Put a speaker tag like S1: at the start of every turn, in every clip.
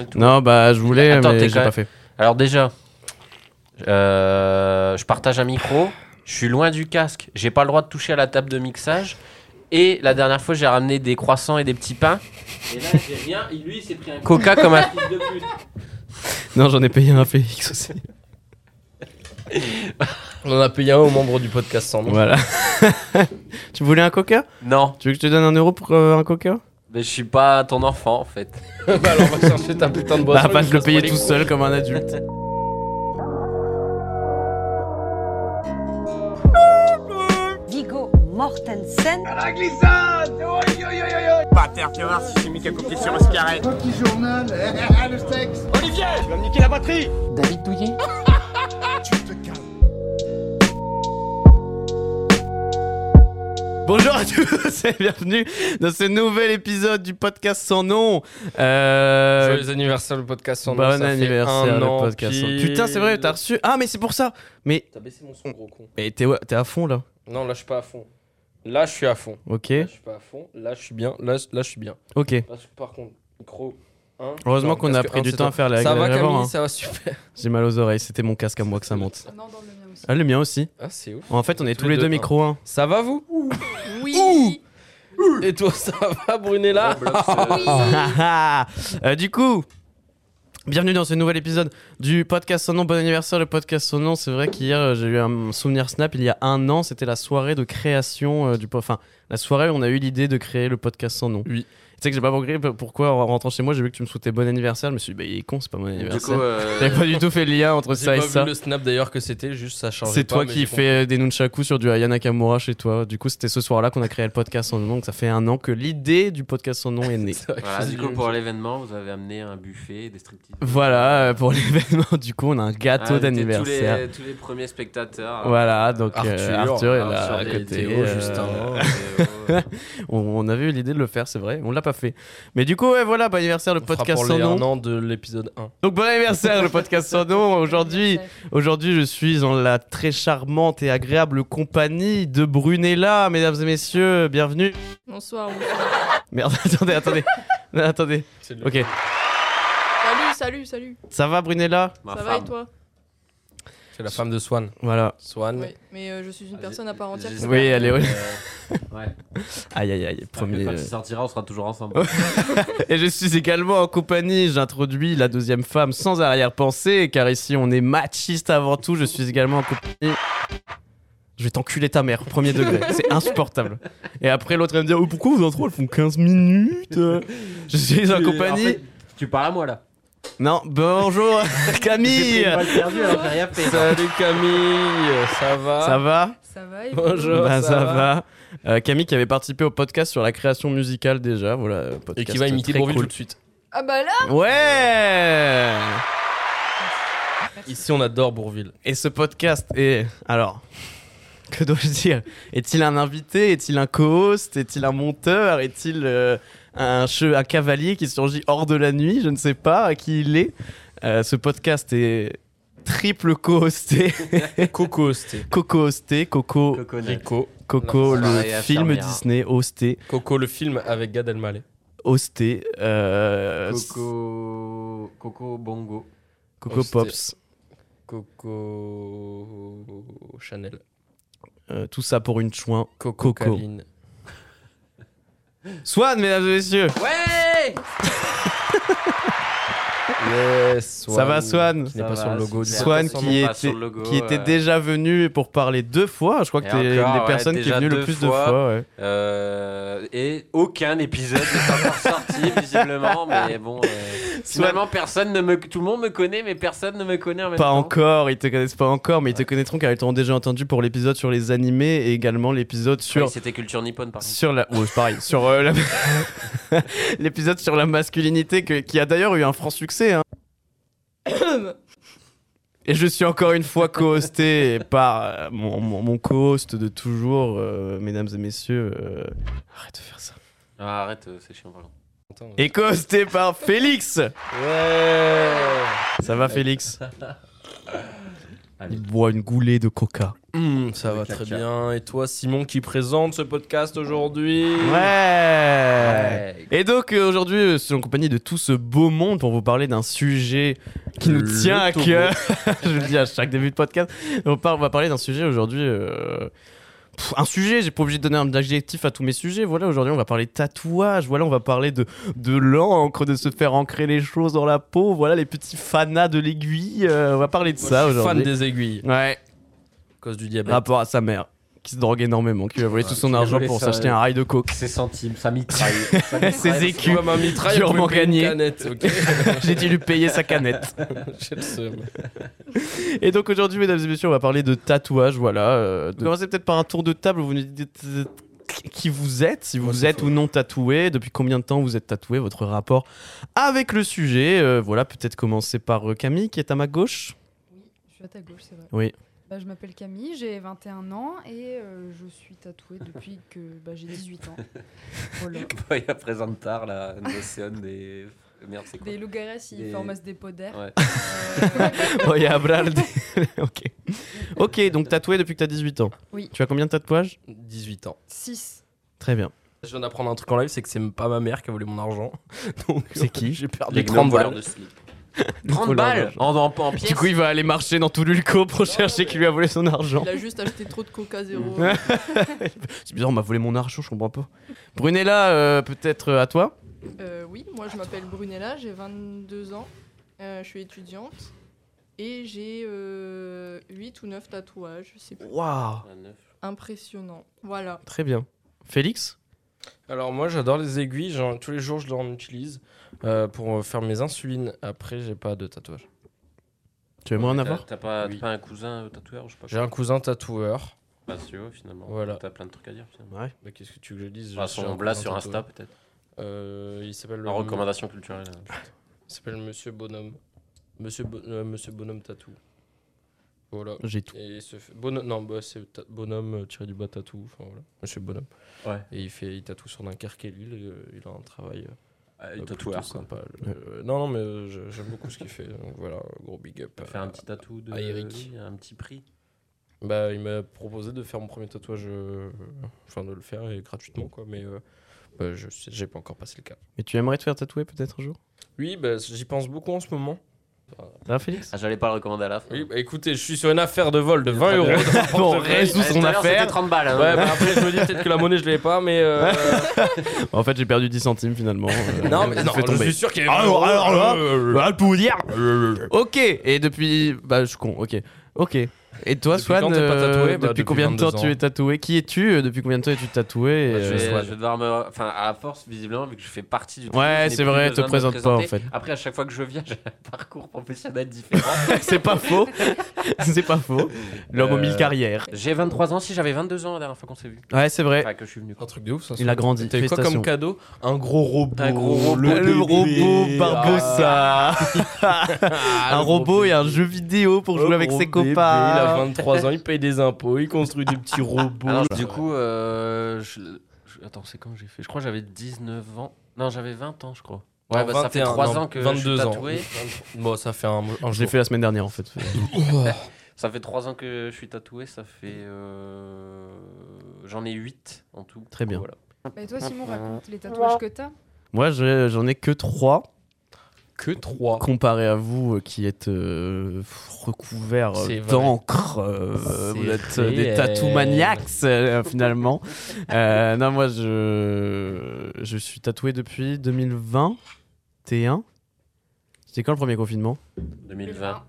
S1: et tout.
S2: Non, bah je voulais,
S1: Attends,
S2: mais
S1: t'es
S2: j'ai
S1: quand-
S2: pas fait.
S1: Alors déjà, euh, je partage un micro, je suis loin du casque, j'ai pas le droit de toucher à la table de mixage. Et la dernière fois, j'ai ramené des croissants et des petits pains. Et là, j'ai rien. Et lui, il s'est pris un coca comme un fils de pute.
S2: Non, j'en ai payé un Félix aussi.
S3: On en a payé un aux membres du podcast sans nom.
S2: Voilà. tu voulais un coca
S1: Non,
S2: Tu veux que je te donne un euro pour euh, un coca
S1: mais je suis pas ton enfant en fait.
S3: Bah alors on va chercher ta putain de boisson.
S2: Bah, pas
S3: et
S2: de le
S3: passe-moi
S2: payer
S3: les
S2: tout
S3: gros.
S2: seul comme un adulte.
S4: Vigo Mortensen.
S2: Bonjour à tous et bienvenue dans ce nouvel épisode du podcast sans nom. Euh,
S3: Joyeux anniversaire le podcast sans nom.
S2: bon
S3: ça fait
S2: anniversaire
S3: un
S2: le
S3: an
S2: podcast sans nom.
S3: pile.
S2: Putain, c'est vrai, t'as reçu. Ah, mais c'est pour ça. Mais,
S3: T'as baissé mon son gros con.
S2: mais t'es ouais, t'es à fond là.
S3: Non là je suis pas à fond. Là je suis à fond.
S2: Ok,
S3: Là je suis pas à fond. Là je suis bien. Là, je- là je suis bien.
S2: ok.
S3: Parce que, par contre gros. Hein
S2: Heureusement
S3: Non,
S2: qu'on a
S3: parce que
S2: pris
S3: un,
S2: du
S3: c'est
S2: temps à
S3: toi.
S2: faire la
S3: Ça
S2: la
S3: va
S2: révérend,
S3: Camille,
S2: hein.
S3: ça va super.
S2: J'ai mal aux oreilles, c'était mon casque à moi que ça monte.
S5: Non, dans le mien aussi.
S2: Ah, le mien aussi.
S3: Ah c'est ouf.
S2: En fait, on est tous les deux
S3: hein.
S2: micro 1.
S3: Ça va vous
S5: Oui.
S3: Et toi ça va Brunella
S1: euh,
S2: Ah, ah. Euh, du coup, bienvenue dans ce nouvel épisode du podcast son nom. Bon anniversaire, le podcast son nom. C'est vrai qu'hier, euh, j'ai eu un souvenir Snap il y a un an. C'était la soirée de création euh, du po- Enfin, la soirée où on a eu l'idée de créer le podcast sans nom.
S3: Oui.
S2: Tu sais que j'ai pas compris p- pourquoi en rentrant chez moi, j'ai vu que tu me souhaitais bon anniversaire. Je me suis dit, bah, il est con, c'est pas mon anniversaire.
S1: euh,
S2: J'avais pas du tout fait le lien entre
S3: euh, bah, J'ai
S2: ça
S3: pas
S2: et
S3: vu
S2: ça.
S3: le snap d'ailleurs que c'était juste ça changeait.
S2: C'est
S3: pas,
S2: toi
S3: mais
S2: qui
S3: j'ai compris.
S2: fais euh, des nunchaku sur du Aya Nakamura chez toi. Du coup, c'était ce soir-là qu'on a créé le podcast sans nom. Donc, ça fait un an que l'idée du podcast sans nom est née.
S3: C'est vrai que
S1: Voilà,
S3: je
S1: du
S3: faisais
S1: coup,
S3: le-
S1: pour l'événement, vous avez amené un buffet, des striptease.
S2: Voilà, euh, pour l'événement, du coup, on a un
S1: Ah,
S2: gâteau
S1: c'était
S2: d'anniversaire.
S1: Tous les, tous les premiers spectateurs. hein. Ah,
S2: Voilà, donc
S3: Arthur,
S2: euh, Arthur est là
S3: Arthur
S2: à
S3: et
S2: côté.
S3: Théo,
S2: euh,
S3: Justin.
S1: Euh,
S2: on, on avait eu l'idée de le faire, c'est vrai, on l'a pas fait. Mais du coup, ouais, voilà, bon anniversaire, le
S3: On fera
S2: podcast
S3: pour
S2: sans
S3: les
S2: nom.
S3: un an de l'épisode 1.
S2: Donc bon anniversaire, le podcast sans nom. Aujourd'hui, aujourd'hui, je suis en la très charmante et agréable compagnie de Brunella, mesdames et messieurs, bienvenue.
S5: Bonsoir.
S2: Merde, attendez, attendez, Non, attendez. Ok,
S5: salut, salut, salut.
S2: ça va Brunella
S1: ma
S5: ça va
S1: femme.
S5: et toi
S3: C'est la femme de Swan.
S2: Voilà.
S3: Swan.
S5: Oui. Mais euh, je suis une
S1: Ah,
S5: personne
S1: j'ai-
S5: à part entière.
S1: j'ai-
S5: c'est
S2: Oui, elle est-
S1: Euh, ouais.
S2: Aïe aïe aïe, premier. euh,
S1: Premier... Quand il sortira, on sera toujours ensemble.
S2: Et je suis également en compagnie, j'introduis la deuxième femme sans arrière-pensée, car ici on est machiste avant tout, je suis également en compagnie... Je vais t'enculer ta mère, premier degré, c'est insupportable. Et après l'autre elle me dit, oh, pourquoi vous en trois, elles font 15 minutes Je suis en
S1: Tu-
S2: compagnie...
S1: en fait, tu parles à moi là.
S2: Non, bonjour Camille
S3: Salut Camille, ça va
S2: Ça va
S5: pas- Ça va et
S3: Bonjour,
S2: Bah,
S3: ça
S2: ça
S3: va
S2: va. Euh, Camille qui avait participé au podcast sur la création musicale déjà, voilà. euh, Podcast
S3: Et qui va imiter
S2: très
S3: Bourvil
S2: cool.
S3: tout de suite.
S5: Ah bah là
S2: Ouais
S3: Ici, on adore Bourville.
S2: Et ce podcast est. Alors. Que dois-je dire Est-il un invité Est-il un co-host Est-il un monteur Est-il euh, un, che- un cavalier qui surgit hors de la nuit Je ne sais pas à qui il est. Euh, ce podcast est triple co-hosté.
S3: Coco hosté.
S2: Coco-hosté. Coco,
S3: Rico.
S2: Coco
S1: Non,
S2: le
S1: pareil à
S2: film
S1: fermer, hein.
S2: Disney. Hosté.
S3: Coco, le film avec Gad Elmaleh.
S2: Hosté. euh,
S1: Coco. Coco Bongo.
S2: Coco
S3: Hosté.
S2: Pops.
S3: Coco Chanel.
S2: Euh, tout ça pour une chouin.
S3: Coco,
S2: Coco.
S3: Caline.
S2: Swan, mesdames et messieurs
S1: Ouais
S3: Yes, Swan.
S2: Ça va, Swan
S3: Qui n'est pas sur le logo. du
S2: Swan
S3: podcast.
S2: qui,
S1: pas
S2: était,
S1: sur le logo,
S2: qui était
S1: ouais.
S2: déjà venu pour parler deux fois. Je crois que
S1: Et
S2: t'es une des
S1: encore, ouais,
S2: personnes qui est
S1: déjà
S2: venue le
S1: deux
S2: plus de
S1: fois.
S2: fois. ouais.
S1: Euh, et aucun épisode n'est encore sorti, visiblement. Mais bon, euh, finalement, personne ne me, tout le monde me connaît, mais personne ne me connaît en même
S2: Pas
S1: temps.
S2: encore, ils te connaissent pas encore, mais ils te connaîtront car ils t'ont déjà entendu pour l'épisode sur les animés et également l'épisode sur.
S1: Oui, C'était Ah, culture nippone, par contre.
S2: sur la ouais, c'est pareil sur euh, la- l'épisode sur la masculinité que- qui a d'ailleurs eu un franc succès hein. et je suis encore une fois co-hosté par euh, mon, mon, mon co-host de toujours euh, mesdames et messieurs euh, arrête de faire ça
S1: Ah, arrête, euh, c'est chiant, par contre.
S3: Attends.
S2: et co-hosté par Félix
S3: Ouais
S2: Ça va Félix
S1: Allez.
S2: Il boit une goulée de coca.
S3: Hum, ça
S1: Avec
S3: va
S1: la
S3: très
S1: carte.
S3: bien. Et toi, Simon, qui présente ce podcast aujourd'hui
S2: Ouais
S1: Ouais.
S2: Et donc euh, aujourd'hui, euh, je suis en compagnie de tout ce beau monde pour vous parler d'un sujet qui nous
S3: Le
S2: tient à
S3: taureau.
S2: cœur. je le dis à chaque début de podcast. On, parle- on va parler d'un sujet aujourd'hui. euh, pff, un sujet, j'ai pas obligé de donner un adjectif à tous mes sujets. Voilà, aujourd'hui on va parler de tatouage. Voilà, on va parler de, de l'encre, de se faire ancrer les choses dans la peau. Voilà, les petits fanas de l'aiguille. Euh, on va parler de
S3: Moi,
S2: ça
S3: je suis fan
S2: aujourd'hui.
S3: des aiguilles,
S2: Ouais,
S3: à cause du diabète.
S2: rapport à sa mère qui se drogue énormément, qui lui a volé tout son
S1: qui a
S2: argent
S1: volé
S2: pour
S1: ça,
S2: s'acheter
S1: ouais.
S2: un rail de coke.
S1: Ses centimes, ça mitraille. Ça
S2: Ses
S1: mitraille.
S2: écus.
S3: Comme un mitraille,
S2: Durement
S3: vous pouvez payer une
S2: gagné.
S3: canette, ok
S2: J'ai dû lui payer sa canette.
S3: J'ai le seum.
S2: Et donc aujourd'hui, mesdames et messieurs, on va parler de tatouage. Voilà. euh, de- Commencez peut-être par un tour de table. Vous nous dites euh, qui vous êtes, si
S3: Moi,
S2: vous
S3: c'est
S2: êtes
S3: faux.
S2: ou non tatoué, depuis combien de temps vous êtes tatoué, votre rapport avec le sujet. Euh, voilà, peut-être commencer par euh, Camille qui est à ma gauche.
S6: Oui, je suis à ta gauche, c'est vrai.
S2: Oui.
S6: Bah, je m'appelle Camille, j'ai 21 ans et euh, je suis tatouée depuis que bah, j'ai 18 ans. Voilà.
S1: Ouais, Il présente tard la Nocéon des. Merde, c'est quoi
S6: Des loups-garous, ils
S1: Des-
S6: forment des pots d'air.
S3: Ah,
S1: Ouais.
S6: Euh,
S2: Oh, il y a Abral. ok. Ok, donc tatoué depuis que t'as 18 ans.
S6: Oui.
S2: Tu as combien de tatouages
S3: 18 ans.
S6: 6.
S2: Très bien.
S3: Je viens d'apprendre un truc en live, c'est que c'est pas ma mère qui a volé mon argent. Donc,
S2: C'est qui
S3: J'ai perdu
S1: Les
S3: 30
S1: gnomes voleurs
S3: balles.
S1: de slip.
S2: Voleur
S1: 30 balles
S2: d'argent.
S1: en, en, en pièces.
S2: Du coup, il va aller marcher dans tout l'ulco pour chercher qui lui a volé son argent.
S5: Il a juste acheté trop de coca zéro.
S2: C'est bizarre, on m'a volé mon argent, je comprends pas. Brunella, euh, peut-être euh, à toi
S5: Euh, oui, moi je m'appelle Brunella, j'ai 22 ans, euh, je suis étudiante et j'ai 8 ou 9 tatouages, c'est
S2: Waouh
S5: impressionnant. Voilà.
S2: Très bien. Félix
S3: Alors moi j'adore les aiguilles, genre, tous les jours je l'en utilise euh, pour euh, faire mes insulines. Après j'ai pas de tatouage.
S2: Tu aimerais en avoir
S1: T'as pas,
S3: hein. Oui.
S1: t'as pas un cousin euh, tatoueur ou je sais pas
S3: J'ai un cousin tatoueur.
S1: Bah, si, ouais, finalement.
S3: Voilà.
S1: T'as plein de trucs à dire. finalement.
S2: Ouais.
S3: Mais qu'est-ce que tu veux que je dise
S1: Bah,
S3: J'ai
S1: son
S3: un
S1: blast
S3: cousin
S1: sur
S3: tatoueur.
S1: Insta, peut-être.
S3: Euh, il s'appelle
S1: En
S3: euh,
S1: recommandation culturelle.
S3: Il s'appelle Monsieur Bonhomme. Monsieur, Bo- euh, Monsieur Bonhomme tatou. Voilà.
S2: J'ai tout.
S3: Et il se fait- Bonhomme, non, bah, c'est ta- Bonhomme euh, tiré du bas tatou. Enfin voilà. Monsieur Bonhomme.
S1: Ouais.
S3: Et il fait, il tatoue sur Dunkerque et Lille. et, euh, il a un travail. euh,
S1: Euh,
S3: plutôt
S1: tatoueur, quoi.
S3: sympa. Le- euh, non non mais euh, je- j'aime beaucoup ce qu'il fait. Donc, voilà, gros big up.
S1: Faire un petit tatou de.
S3: à Ah, Eric.
S1: Un petit prix.
S3: Bah, il m'a proposé de faire mon premier tatouage, euh, enfin de le faire et gratuitement quoi, mais euh, bah, je sais- j'ai pas encore passé le cap.
S2: Mais tu aimerais te faire tatouer peut-être un jour
S3: Oui, bah, j'y pense beaucoup en ce moment.
S2: Ah, Félix
S1: Ah, j'allais pas le recommander à la fin.
S3: Oui, bah, écoutez, je suis sur une affaire de vol de 20
S1: Très
S3: euros.
S1: bien.
S2: Bon,
S3: Ouais,
S2: résout
S1: Eh, tout
S2: son
S1: à l'heure, c'était
S2: affaire.
S1: 30 balles. hein.
S3: Ouais, bah, après je me dis peut-être que la monnaie je l'ai pas, mais euh,
S2: Bah, En fait, j'ai perdu 10 centimes finalement. Euh,
S3: non, mais
S2: ça
S3: non,
S2: fait
S3: je
S2: tomber. Ah,
S3: suis sûr qu'il y a.
S2: Alors, alors là,
S3: Euh,
S2: Ah, pour vous dire Ok Et depuis. Bah, je suis con, ok. Ok. Et toi,
S3: Depuis
S2: Swan,
S3: quand t'es pas
S2: euh,
S3: tatoué Bah,
S2: depuis,
S3: depuis
S2: combien de temps
S3: 22
S2: tu
S3: ans.
S2: es tatoué Qui es-tu Euh, Depuis combien de temps es-tu tatoué
S1: Bah,
S2: Et,
S1: je, vais,
S2: euh,
S1: je vais devoir me. Enfin, à la force, visiblement, vu que je fais partie du.
S2: Ouais,
S1: je n'ai
S2: c'est
S1: plus
S2: vrai,
S1: besoin
S2: te
S1: de me
S2: présente pas, en
S1: présenter. Après, à chaque fois que je viens, j'ai un parcours professionnel différent.
S2: c'est pas faux. c'est pas faux. L'homme aux mille
S1: Euh,
S2: carrières.
S1: j'ai 23 ans, si j'avais 22 ans la dernière fois qu'on s'est vu.
S2: Ouais, c'est vrai.
S1: Enfin, que je suis venu.
S3: Un truc de ouf ça.
S2: Il a grandi.
S3: T'as eu quoi
S2: Félicitations.
S3: comme cadeau Un gros robot.
S1: Un gros robot.
S2: Le,
S1: bébé.
S2: robot Barbossa
S3: Ah,
S2: Un robot et un jeu vidéo pour jouer avec ses
S3: Il a
S2: copains
S3: 23 ans, il paye des impôts, il construit des petits robots.
S1: Alors, du coup, euh, je- je- attends, c'est quand j'ai fait Je crois que j'avais 19 ans. Non, j'avais 20 ans, je crois. Ouais,
S3: Non,
S1: bah, ça fait
S3: 21,
S1: 3
S3: non,
S1: ans que
S3: 22
S1: je suis tatoué.
S3: Ans. Bon, ça fait un, un
S2: Je l'ai
S3: jour.
S2: fait la semaine dernière en fait.
S1: Ça fait 3 ans que je suis tatoué, ça fait. euh, J'en ai 8 en tout.
S2: Très bien.
S1: Voilà.
S6: Bah, et toi, Simon, raconte les tatouages que t'as.
S2: Moi j'ai- j'en ai que 3
S3: que 3.
S2: comparé à vous euh, qui êtes euh, recouverts euh,
S3: C'est vrai.
S2: d'encre. euh,
S3: C'est
S2: vous êtes euh, des
S3: réel.
S2: tatou maniacs euh, finalement. Euh, non, moi je, je suis tatoué depuis 2021. C'était quand le premier confinement
S1: 2020.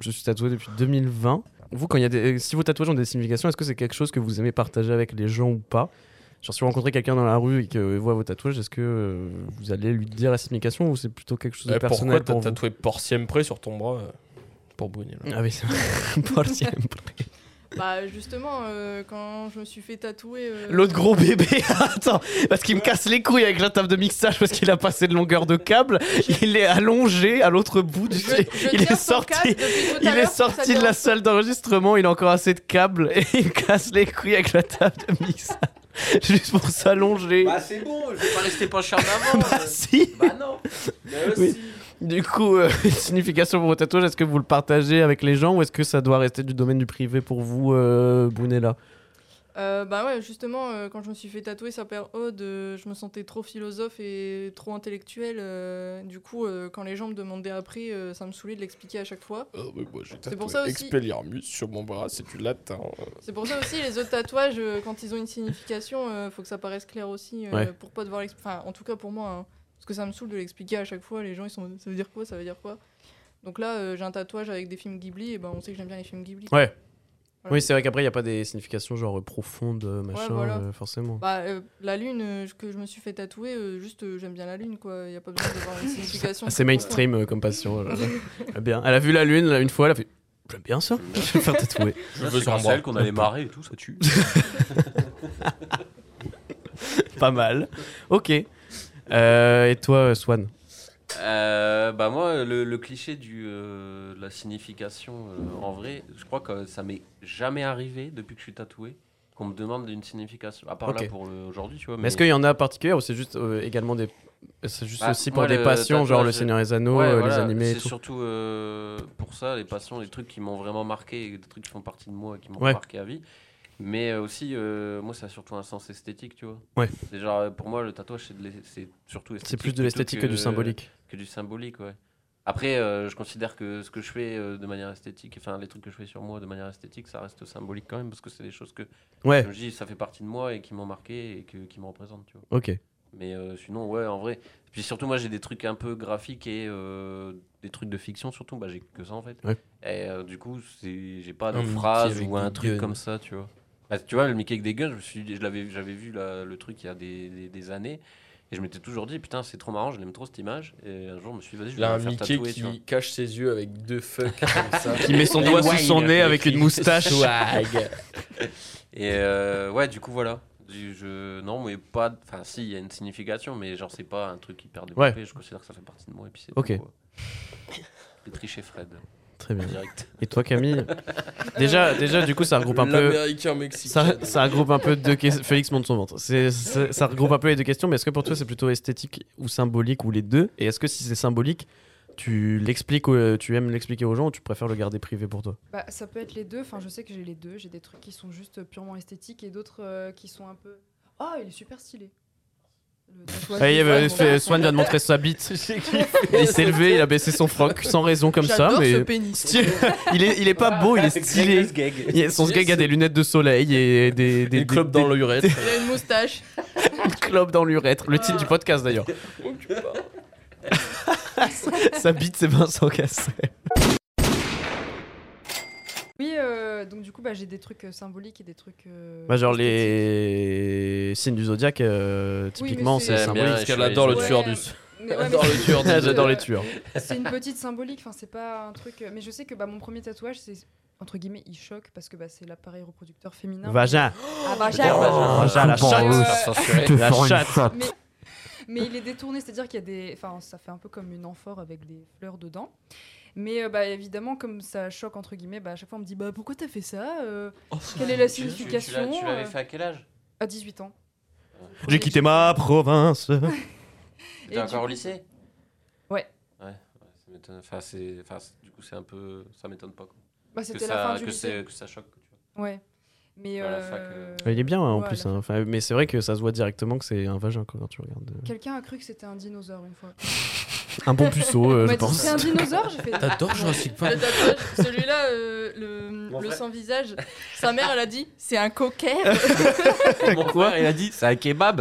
S2: je suis tatoué depuis 2020. Vous, quand il y a des, euh, si vos tatouages ont des significations, est-ce que c'est quelque chose que vous aimez partager avec les gens ou pas Genre, si vous rencontrez quelqu'un dans la rue et qu'il voit vos tatouages, est-ce que euh, vous allez lui dire la signification ou c'est plutôt quelque chose de
S3: Eh, pourquoi
S2: personnel
S3: t'as
S2: pour vous
S3: tatoué Porciem près sur ton bras euh, pour Brunel
S2: Ah oui, c'est vrai. Pour siempre.
S5: Bah justement, euh, quand je me suis fait tatouer... euh,
S2: L'autre gros bébé, attends, parce qu'il me casse les couilles avec la table de mixage parce qu'il a passé de longueur de câble. Il est allongé à l'autre bout du.
S5: je- je
S2: il est
S5: tiens son
S2: sorti.
S5: câble depuis tout à
S2: Il est
S5: l'heure, ça
S2: sorti de
S5: dérange.
S2: la salle d'enregistrement, il a encore assez de câbles et il casse les couilles avec la table de mixage juste pour s'allonger. euh.
S1: euh, Bah, c'est bon, je vais pas rester penché en avant.
S2: Bah si
S1: Bah non.
S2: Oui. Du coup, euh, signification pour vos tatouages, est-ce que vous le partagez avec les gens ou est-ce que ça doit rester du domaine du privé pour vous, euh, Brunella
S5: Euh, bah ouais, justement, euh, quand je me suis fait tatouer sa paire Aude, euh, je me sentais trop philosophe et trop intellectuelle. euh, du coup, euh, quand les gens me demandaient après, euh, ça me saoulait de l'expliquer à chaque fois.
S3: Euh, mais moi, j'ai
S5: C'est
S3: tatoué
S5: pour ça aussi-
S3: Expelliarmus sur mon bras, c'est du latin.
S5: C'est pour ça aussi, les autres tatouages, euh, quand ils ont une signification, euh, faut que ça paraisse clair aussi, euh,
S2: Ouais.
S5: pour pas devoir l'expliquer. Enfin, en tout cas pour moi, hein, parce que ça me saoule de l'expliquer à chaque fois. Les gens, ils sont, ça veut dire quoi, ça veut dire quoi. Donc là, euh, j'ai un tatouage avec des films Ghibli, et ben on sait que j'aime bien les films Ghibli.
S2: Ouais.
S5: Voilà.
S2: Oui, c'est vrai qu'après, il n'y a pas des significations genre euh, profondes, euh, machin,
S5: voilà.
S2: euh, forcément.
S5: Bah, euh, la lune euh, que je me suis fait tatouer, euh, juste euh, j'aime bien la lune quoi. Il a pas besoin d'avoir une signification.
S2: Ah, c'est mainstream euh, comme passion. euh, là. bien. Elle a vu la lune là, une fois, elle a fait J'aime bien ça, je vais me faire tatouer.
S1: Je
S3: veux
S1: veux
S3: sur un
S1: sur
S3: bras.
S1: celle qu'on allait marrer et tout, ça tue.
S2: pas mal. Ok. Euh, et toi, euh, Swan
S1: Euh, bah moi, le, le cliché du, euh, de la signification, euh, en vrai, je crois que ça m'est jamais arrivé depuis que je suis tatoué qu'on me demande une signification. À part
S2: Ok.
S1: là pour le- aujourd'hui, tu vois.
S2: Mais Est-ce qu'il y en a particulière ou c'est juste euh, également des. C'est juste
S1: Bah,
S2: aussi pour
S1: moi,
S2: des
S1: le
S2: passions, genre
S1: tatouage,
S2: le Seigneur des Anneaux,
S1: Ouais,
S2: euh, les
S1: voilà,
S2: animés et
S1: C'est
S2: tout
S1: surtout euh, pour ça, les passions, les trucs qui m'ont vraiment marqué, et des trucs qui font partie de moi et qui m'ont
S2: Ouais.
S1: marqué à vie. Mais euh, aussi, euh, moi, ça a surtout un sens esthétique, tu vois.
S2: Ouais.
S1: C'est genre, euh, pour moi, le tatouage, c'est de l'es- c'est surtout esthétique.
S2: C'est plus de
S1: plutôt
S2: l'esthétique que du symbolique.
S1: que du symbolique, ouais. Après, euh, je considère que ce que je fais euh, de manière esthétique, enfin les trucs que je fais sur moi de manière esthétique, ça reste symbolique quand même, parce que c'est des choses que,
S2: Ouais,
S1: comme je dis, ça fait partie de moi et qui m'ont marqué et que- qui me représentent, tu vois.
S2: ok.
S1: Mais euh, sinon, ouais, en vrai. Puis surtout, moi, j'ai des trucs un peu graphiques et euh, des trucs de fiction, surtout. Bah, j'ai que ça, en fait.
S2: Ouais.
S1: Et euh, du coup, c'est- j'ai pas de
S3: Un Mickey
S1: phrase
S3: avec
S1: ou un
S3: des
S1: truc
S3: guns.
S1: comme ça, tu vois. Bah, tu vois, le Mickey avec des guns, je me suis dit- je l'avais- j'avais vu la- le truc il y a des, des- des années. Et je m'étais toujours dit, putain, c'est trop marrant, je l'aime trop cette image. Et un jour, je me suis dit, vas-y, je vais
S3: Là, un
S1: me faire
S3: Mickey
S1: tatouer, tu vois.
S3: qui cache ses yeux avec deux fucks comme ça.
S2: Qui met son doigt sous son nez avec une moustache.
S3: Swag.
S1: Et euh, ouais, du coup, voilà. Du- je... Non, mais pas. Enfin, si, il y a une signification, mais genre, c'est pas un truc hyper développé. Je considère que ça fait partie de moi. Et puis, c'est. tout,
S2: Ok.
S1: quoi. Pétri chez Fred,
S2: Très bien.
S1: direct.
S2: Et toi, Camille Déjà, déjà, du coup, ça regroupe un peu.
S3: L'américain mexicain.
S2: Ça, ça regroupe un peu deux questions. Félix monte son ventre. C'est- c'est- ça regroupe un peu les deux questions, mais est-ce que pour toi c'est plutôt esthétique ou symbolique ou les deux Et est-ce que si c'est symbolique, tu l'expliques, euh, tu aimes l'expliquer aux gens ou tu préfères le garder privé pour toi
S6: Bah, ça peut être les deux. Enfin, je sais que j'ai les deux. J'ai des trucs qui sont juste purement esthétiques et d'autres euh, qui sont un peu. Oh, il est super stylé. Le tatouage
S2: Ah, il y
S6: de
S2: avait-
S6: Swan, voilà.
S2: Swan vient de montrer sa bite. Il s'est levé, il a baissé son froc sans raison comme ça,
S5: J'adore ce
S2: mais
S5: pénis.
S2: stylé. il est, il est pas beau, il est stylé. Il y a- son gag a des lunettes de soleil et des, des,
S3: Des clubs
S2: des-
S3: dans l'urètre.
S5: Il a une moustache.
S2: des clopes dans l'urètre. Le titre du podcast d'ailleurs. Sa bite, c'est Vincent Cassel.
S6: Oui, euh, donc du coup, bah, j'ai des trucs euh, symboliques et des trucs. euh,
S2: Bah, genre
S6: esthétiques.
S2: les signes du zodiaque, euh, typiquement,
S6: mais
S2: c'est
S6: c'est-
S1: Bien,
S2: symbolique.
S3: Parce qu'elle
S1: je-
S3: adore le
S1: ouais.
S3: tueur
S6: Ouais.
S3: du.
S6: Mais ouais, mais
S3: J'adore
S6: c'est-
S3: les tueurs
S2: Ah, J'adore
S6: euh,
S2: les tueurs.
S6: C'est une petite symbolique, enfin c'est pas un truc. Mais je sais que bah, mon premier tatouage, c'est entre guillemets, il choque parce que bah, c'est l'appareil reproducteur féminin.
S2: Vagin.
S6: Ah,
S1: Oh,
S6: vagin.
S2: Vagin, la
S6: Coupon
S2: chatte.
S6: rouge.
S2: La chatte.
S6: mais, euh, mais il est détourné, c'est-à-dire qu'il y a des. Enfin, ça fait un peu comme une amphore avec des fleurs dedans. Mais euh, bah, évidemment, comme ça choque, entre guillemets, bah, à chaque fois on me dit Bah pourquoi t'as fait ça Euh,
S3: Oh,
S6: Quelle est la
S1: Tu- tu- tu l'as-
S6: signification
S1: Tu l'avais
S6: euh,
S1: fait à quel âge
S6: À 18 ans.
S2: J'ai quitté ma province.
S1: T'étais
S6: Et
S1: encore
S6: du-
S1: au lycée
S6: Ouais.
S1: Ouais, ouais, ça m'étonne. Enfin, c'est. Enfin, c'est- du coup, c'est un peu. Ça m'étonne pas. quoi.
S6: Bah,
S1: Que,
S6: c'était la fin
S1: ça...
S6: du
S1: que,
S6: lycée.
S1: c'est- que ça choque. tu vois.
S6: Ouais. Mais.
S1: À la
S6: euh,
S1: fac, euh.
S2: Il est bien hein, en
S6: Ouais,
S2: plus.
S6: la
S2: hein. Enfin, mais c'est vrai que ça se voit directement que c'est un vagin quoi, quand tu regardes. euh.
S6: Quelqu'un a cru que c'était un dinosaure une fois.
S2: Un bon puceau, euh, je
S6: On m'a dit
S2: pense.
S6: c'est un dinosaure, j'ai fait.
S3: T'adores Jurassic Park
S5: Le tatouage, celui-là, euh, le, le sans visage, sa mère, elle a dit c'est un coquet,
S1: Mon frère, il a dit c'est un kebab